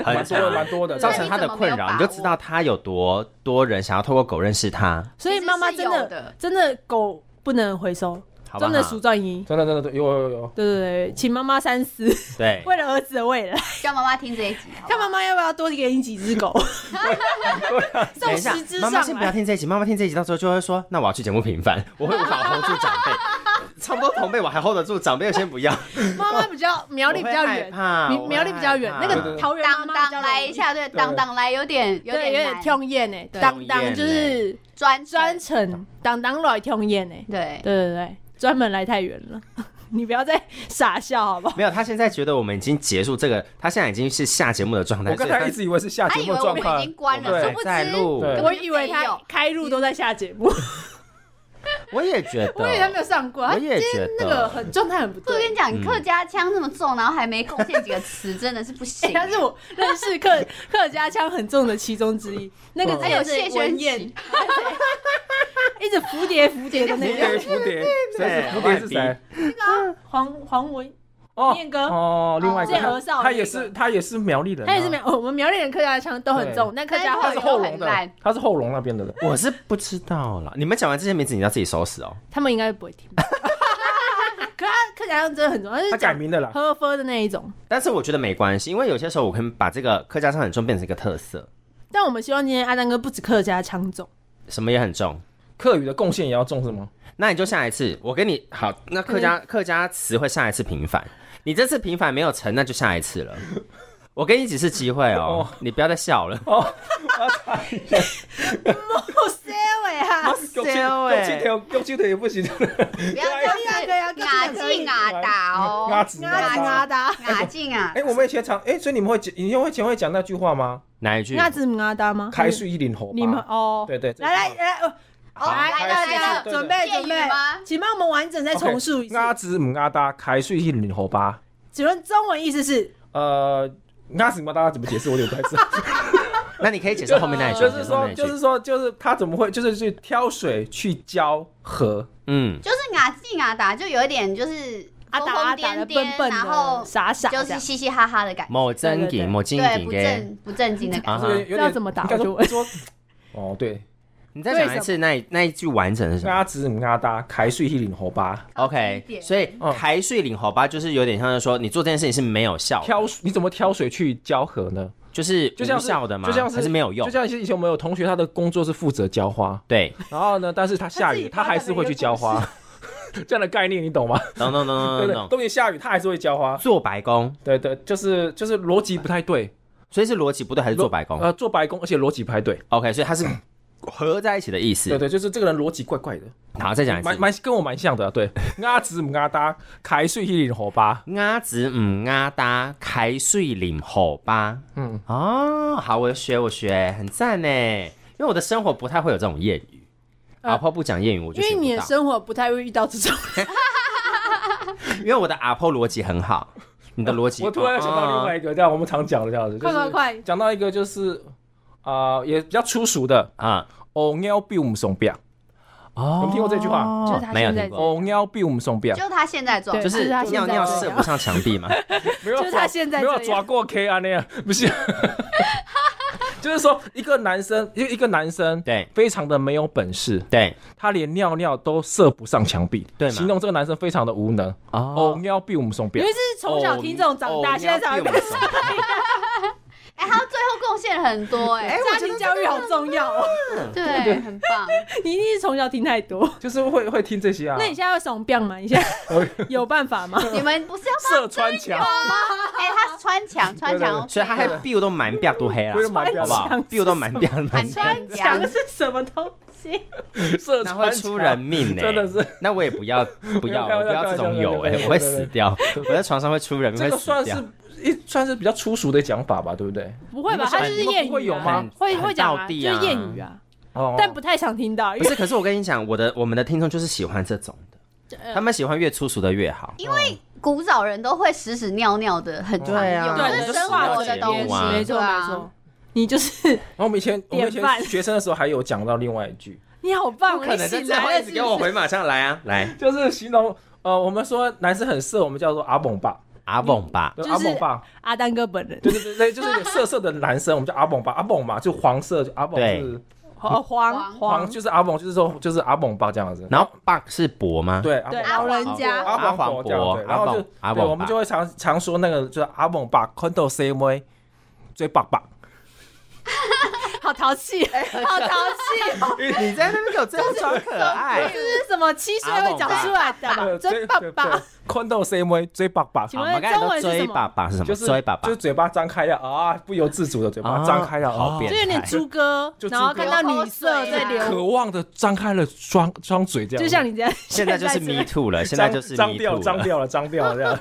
蛮
很
多的，蛮
长，
多的。
呃造
造
对
成
成他的困扰，
那
你
你怎么没有把握
就知道他有多多人想要透过狗认识他，
所以妈妈真
其实是有
的
的
真的狗不能回收，
好不
真
好
的？赎罪衣。
真的真的真的有有有，
对对对，请妈妈 三思，
对，
为了儿子的未来，
叫妈妈听这一集，好不
看
好
妈妈要不要多给你几只狗，
等
啊
送
一下
十只
妈
上
妈先不要
来。
听这一集，妈妈听这一集，到时候就会说，那我要去节目平凡，我会无法 hold 住长辈， 差不多同辈我还 hold 得住，长辈我先不要。
妈妈比较苗栗比较
我会害
远
怕，
苗
我会
苗栗比较远，
害
那
怕
个桃园妈
当
妈比
当
较
来
容易
一，下，对，当当来有点有
对，有
点
点
难，
跳燕呢。
欸
对
当当就是
专
专
专
程当当来欸跳燕呢。
对
对。对对，专门来太远了，你不要再傻笑好不好？
没有，他现在觉得我们已经结束这个，他现在已经是下节目的状态。
我刚
所
才
以
一直以为是下
他
节
以
目
哎
为
的状
我们已
况
经，关
我
了，
们
殊不
还
知
在录
对
根
我
本就
以为
没有
他开路都在下节目，
我也觉得，
我以为他没有上过，
啊我
他
也觉
那个
得，
很状态很不
我跟
对
你。讲，你客家腔这么重，然后还没贡献几个词，真的是不行。
他是我认识 客客家腔很重的其中之一，哎那个
还
还
有谢轩
文燕，
琪，
一直蝴蝶蝴蝶的那
蝴蝶
个
蝴蝶，谁是
对
蝴蝶是谁
外？
黄黄文，
哦
念歌
哦，另外一
哦
个
这
儿
他，
少
他
的那
也
个
是他也是苗栗人啊，
他也是苗，哦我们苗栗人客家腔都很重，但客家
他
话
是
但
后
很
龙的
烂，
他是后龙那边的人。
我是不知道啦。你们讲完这些名字，你要自己收拾哦。
他们应该不会听。 可他客家腔真的很重，他
他
是
改
讲
名的啦，
呵呵的那一种。
但是我觉得没关系，因为有些时候我可以把这个客家腔很重变成一个特色，
但我们希望今天阿丹哥不止客家腔重，
什么也很重。
客语的贡献也要重是吗？
那你就下一次，我给你好，那客
嗯
家客家词会下一次平反，你这次平反没有成，那就下一 次了。我给你几次机会哦，你不要再笑了。
好塞尾 啊！
狗
谁哦
狗鸡腿，狗鸡腿也不行，
不要这样子，雅静啊打哦，
鸭子
阿子阿
鸭子。
达，
雅静啊
哎，，我们以前常哎，所以你们会讲，你们以前会讲那句话 吗？
哪一句？
阿子母阿达吗？
开水一领喉吧。
你们哦，
对对，
来来来，哦
好
来
来
大
来
家
对
准备
对
准备
粤语吗，
请帮我们完整再重述一次。
鸭子母鸭哒，开水一领喉吧。
请问中文意思是？
呃，鸭子母大家怎么解释？我有点不太知道。
那你可以解释后面那一句，
就
解
是
释后
说，
面那
就
一句
是说，就是他怎么会，就是去挑水去浇河，
嗯，
就是雅静啊打，就有一点就是
阿
疯
达
疯
阿达的
癫
啊笨
癫，
笨
然后
的，傻傻
就
的，
是嘻嘻哈哈的感觉，
某真
对对对
景某经
对，
景
不
给
正不正经的感
啊
觉。
就是有
知道
点
怎么打
应该
我就
说
问
说，哦，对，
你再讲一次那一那一句完整是什么
阿子姆阿达凯睡一领猴吧，
考古一
OK，
点
所以
嗯
抬睡领好吧，就是有点像是说你做这件事情是没有效的，
挑你怎么挑水去交河呢？
就是
就像
无效的嘛，
就像
还是没有用
就。像以前我们有同学，他的工作是负责浇花，
对，
然后呢，但是他下雨，他
他自己发展
还是会去浇花， 这样的概念你懂吗？
懂懂懂
对不
懂嗯懂
对？
懂，
冬天下雨，他还是会浇花。
做白工，
对对，就是就是逻辑不太对，
所以是逻辑不对还是做白工
呃，做白工，而且逻辑不太对。
？OK，所以它是合在一起的意思
对。对，就是这个人逻辑怪怪的，
好，再讲一
蛮
次。
蛮跟我蛮像的啊。对，阿子姆阿达凯睡一领猴吧，
鸭子唔鸭搭，开水领好吧。
嗯，
哦，好，我学我学，很赞呢。因为我的生活不太会有这种谚语，
啊
呃
阿婆不讲谚语，我就
因为
学不
你的
到
生活不太会遇到这种，
因为我的阿婆逻辑 很好，你的逻辑。
我突然想到另外一个，这样我们常讲的这样子，就
快快
是
快！
讲到一个就是啊，也比较粗俗的，
啊，
哦尿比我们怂变，
哦
有没有听过这句话
就是他
没有
现在
听过，
哦尿比我们怂变，
就他现在状态，
就是
就是他现在
尿尿
这
射
样
不上墙壁
哦
嘛。
没有
就是他现在
没有
这样
抓过 K 啊那样， 不是，就是说一个男生，一个一个男生，
对
非常的没有本事，
对
他连尿尿都射不上墙壁，
对嘛
形容这个男生非常的无能。哦
哦，
尿比我们怂
因
变
为，是从小听这种长大，
哦
现在才会
尿
看
屁。股松
哎、他最后贡献了很多哎、
家庭教育好重要哦，
对，很棒。
你一定是从小听太多。
就是会会听这些啊
那，你现在会怂变吗？你现在有办法 吗？
你们不是要
射穿墙，
帮
啊
吗？哎、他穿墙，穿墙 OK，
所以他还 B 都蛮彪都 黑了，
为了蛮彪
好不好
墙
？B 都蛮 彪的，
很穿
讲
墙
的。是什么东西？
射
那
穿
会
墙
出人，命呢，
真的是。
那我也不 要不要，
不要
我不要这种有哎，
不要不要
我会死 掉，我在床上会出人命，
这
会
个
死
算
掉
是。一算是比较粗俗的讲法吧，对不对？
不会吧？他就是
你
谚
们会
语
有
啊
吗，
会
很
会讲啊，
道
就是
地啊
谚语啊，
哦
但不太常听到，因
不
为
是，可是我跟你讲，我的我们的听众就是喜欢这种的，
呃
他们喜欢越粗俗的越好。
因
哦
为古早人都会屎屎尿尿的，很常
对啊
用，
对
这
就是是
生
化
活
解
的
节
东
目
西，
啊
没错
对
没
啊
错。，你就是
然后我们以前我们以
典
前
范
学生的时候还有讲到另外一句，
你好
不
棒，
可能
你
在
醒
最后
来
一
了
直
是
给
不
我
是？
回马上来啊，来
就是形容呃，我们说男生很色，我们叫做阿猛吧，
阿蹦吧，
对
就是
阿猛吧，
阿丹哥本人，
对对对对，就是有色色的男生，我们叫阿猛吧，阿猛嘛，就黄色，就阿猛
对
是
哦黄黄
黄
黄，就是阿猛，就是说就是阿猛吧这样子。
然后 bug 是博吗？
对，阿
对
猛
阿
老
黄
人家
阿
阿
黄
猛这样
伯
对，然后就
阿猛
对，
阿猛
我们就会常常说那个就是阿猛吧，condo C M A，最棒棒。
好淘气，
哎
好淘气哦！
你在那边给我这样装可爱
这是什么七岁会讲出来的吧？真棒棒！
，condo C M A 最棒棒。
请
好
问
我们刚才
中
都
文是
追
什么
爸爸是什么？
就是
追爸爸
就是嘴巴张开了啊，不由自主的嘴巴
啊
张开了，
好
啊
变
就有点猪哥
就，
然后看到女色
就猪哥
在流，
渴望的张开了双双嘴这样，
就像你这样。
现在就是 me too 了，现在
张
就是
张
me
掉
too
张
了。
掉了张掉了这 样，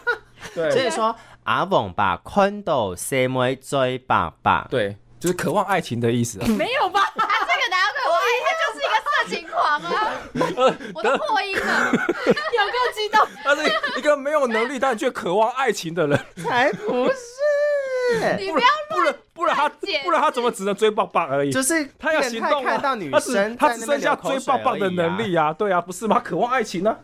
所
对
以说，阿蹦把 condo CMA 追爸爸，
对，就是渴望爱情的意 思啊。
没有吧？
他这个男鬼，我一他就是一个色情狂啊！我都破音
有
了，
够激动！
呃他是一个没有能力但却渴望爱情的人，
才不是，
你不要
不然不然他
解释
不然他怎么只能追棒棒而已？
就是
他要
变
行
态
动啊
看到女
他只
生
他
在
只
那
剩
边
下
流口
追
水
棒棒的
而已
能力啊，对啊，不是吗？渴望爱情呢？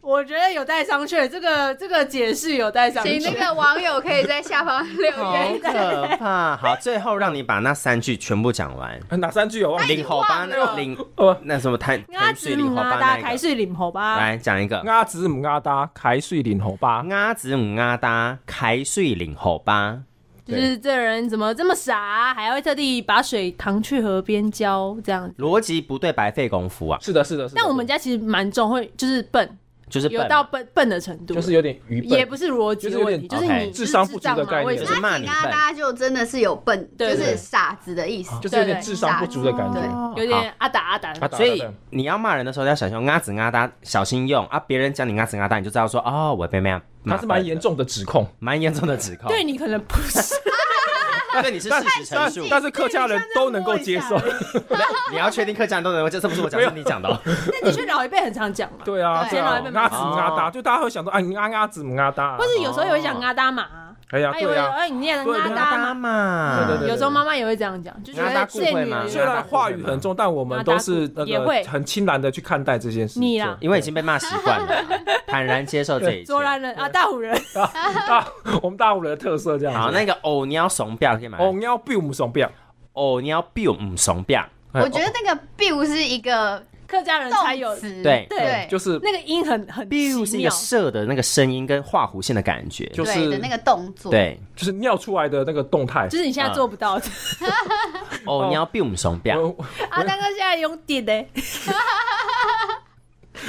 我觉得有待商榷，这个这个解释有待商
请那
榷。
个网友可以在下方留
好
言。
可怕！好，最后让你把那三句全部讲完。
哪三句有啊忘记？
领猴吧
忘了，
领
呃，
那什么弹
阿
弹
紫
水领
母
啊
猴
阿
吧
达
那
开
一个，
水领猴吧，
来讲一个。
阿子母阿达开睡领猴吧，
鸭子母鸭搭嗯开水领猴吧，
就是这人怎么这么傻啊，还会特地把水扛去河边浇这样。
逻辑不对白费功夫啊，
是的，是的，是的
但我们家其实蛮重，会就是笨，
就是笨
有到笨笨的程度，
就是有点愚
也
笨，
不是逻辑的问题，
就
就是是
有点 OK
你就是
智商不足
智障
的
嘛
概念
我也
就
觉
是
得
骂你
啊那大
笨，
家就真的是有笨，就
对
是傻子的意思，
就是有点
对
智商不足的感觉
对。
有点阿达阿达
阿达
哦所以你要骂人的时候要小心，鸭子鸭搭小心用啊！别人讲你鸭子鸭搭，你就知道说哦，我被骂，
他是蛮严
重
重的指控，
蛮严重的指控，
对，你可能不 是，
对你是事实陈
但
述，
但是客家人都能够接受，
你要确定客家人都能，这是不是我讲的？是你讲的 哦，
但的确老一辈很常 讲嘛，
对啊，对
对
先
啊
来，被骂
阿子母阿
哦
达，就大家会想说啊，你阿阿子母阿达，啊
或者有时候也会讲阿达嘛，
哎呀，
还有
对呀，
哎你念
对
阿达
搭
嘛，
嘛，
对对对
有时候妈妈也会这样讲，就觉
阿达
得
顾会
这女
吗
人
虽然话语很重，但我们都是那
也
个
会
很清然的去看待这件事情。
你啦
因为已经被骂习惯了 啊，坦然接受这一切
卓。然人啊大虎人，
大啊我们大五人的特色这样子。哦
哦好，那个偶鸟怂表可以买。
哦，你要 b 我们怂变，
偶鸟表唔怂表，
哎
我觉得那个 biu 是一个
客家人才有
动词，
对
哦
对，
就是
那个音很很奇
biu 是一个
妙，
射的那个声音跟画弧线的感觉，
就
对的
是
那个动作，，
对
就是尿出来的那个动态。
就是你现在做不到的。
哦，你要 biu 怂表，
我
阿丹哥现在用点的，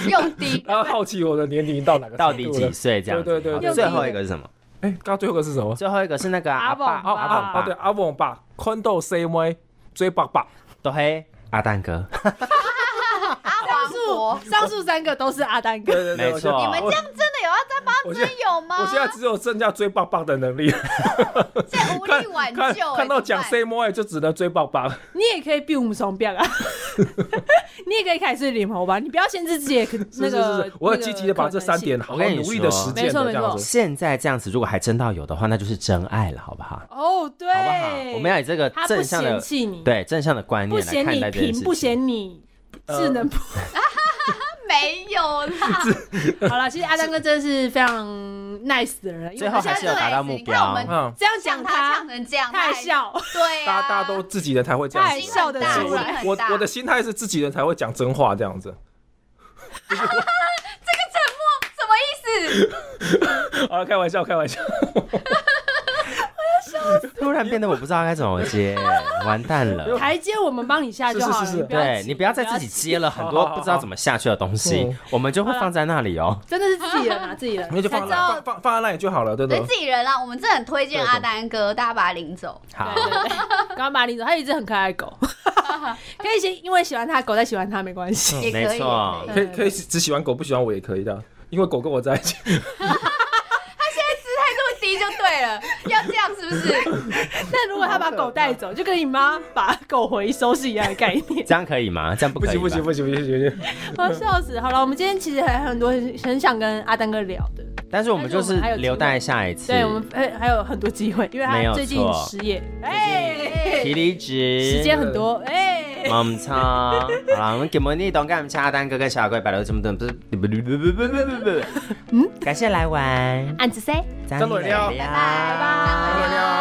用啊滴
大家好奇我的年龄到哪个
到底
程度
几
了？
岁这样子？
对对对
好
对
最后一个是什么？
哎，刚刚最后一个是什么？
最后一个是那个啊
阿
阿爸
爸
哦啊
阿
啊！对，
爸
阿翁爸宽豆 C Y 追爸爸，
都嘿阿蛋哥，
阿
上
王国。
述上述三个都是阿丹
对对
哥，
没
对，
错
我
你们这样真的有要再帮
我
真有啊吗？
现在我现在只有剩下追爸爸的能力，
现在无力挽救、
看
哎
看到讲
怎么
C Y 就只能追爸爸。
你也可以比我们双标啊，你也可以开始领头吧，你不要限制自己的
是
那
是是
个
是，。我要积极的把
那
这
个
三点
可
好
我
能性
好
跟你
努力的
说
实践
没错
的
没
这样
错
子。
现在这样子，如果还真到有的话，那就是真爱了，好不好？
哦，对
好不好？，我们要以这个
他不
正向
嫌
的
弃你，，
对正向的观
不
念来
嫌
看
你
待这件
贫，不
事情。
嫌你智能不
没有啦？
好了，其实阿丹哥真的是非常 nice 的人，因为
最
他
后
现
还
在
是有达到目
你看
标
我们。
嗯，
这样讲
像他
他
唱，成这样，
他还
太，
笑，
对
大
啊，
家大家都自己人才会这样
太
子。
心
笑
很
得
大，
出来
心
我
很大
我的心态是自己人才会讲真话这样子。
什么意思？
好了，开玩笑，开玩笑。
突然变得我不知道该怎么接，完蛋 了。
台阶我们帮你下就好
是
了，
是是是
你不要
对
急
你不要再自己接了很多不知道怎么下去的东西
嗯，
我们就会放在那里哦。
真的是自己人啊，自己人，
那就放
才
在
知道
放放放在那里就好了，对不
对
对？
自己人啊，我们真的很推
对
荐
对
阿丹哥，大家把他领 走。
好，
对对对， 刚刚把他领走，他有一只很可爱的 狗，可以先因为喜欢他，狗再喜欢他没关系。
也可以
没错
可
也可以
以可以只喜欢狗不喜欢我也可以的，因为狗跟我在一起。
姿态这么低就对了，要这样是不是？
但如果他把狗带走，就跟你妈把狗回收是一样的概念。
这样可以吗？这样 不
不
可以
行
吧
不行不行不行不行不行！
我笑死！ 好了，我们今天其实还很多很很想跟阿丹哥聊的，
但是我们就是
但是我们还有机会
留待下一次。
对我们还还有很多机会，因为
没有
他
错
最近失业，哎，
提离职
时间很多，哎，
我们唱，好啦，我们给我们那懂，干我们阿丹哥跟小鬼摆了这么多，不是不不不不不不不，嗯，感谢来玩，
暗子 C。
张
张伦亮
拜
拜拜
好了。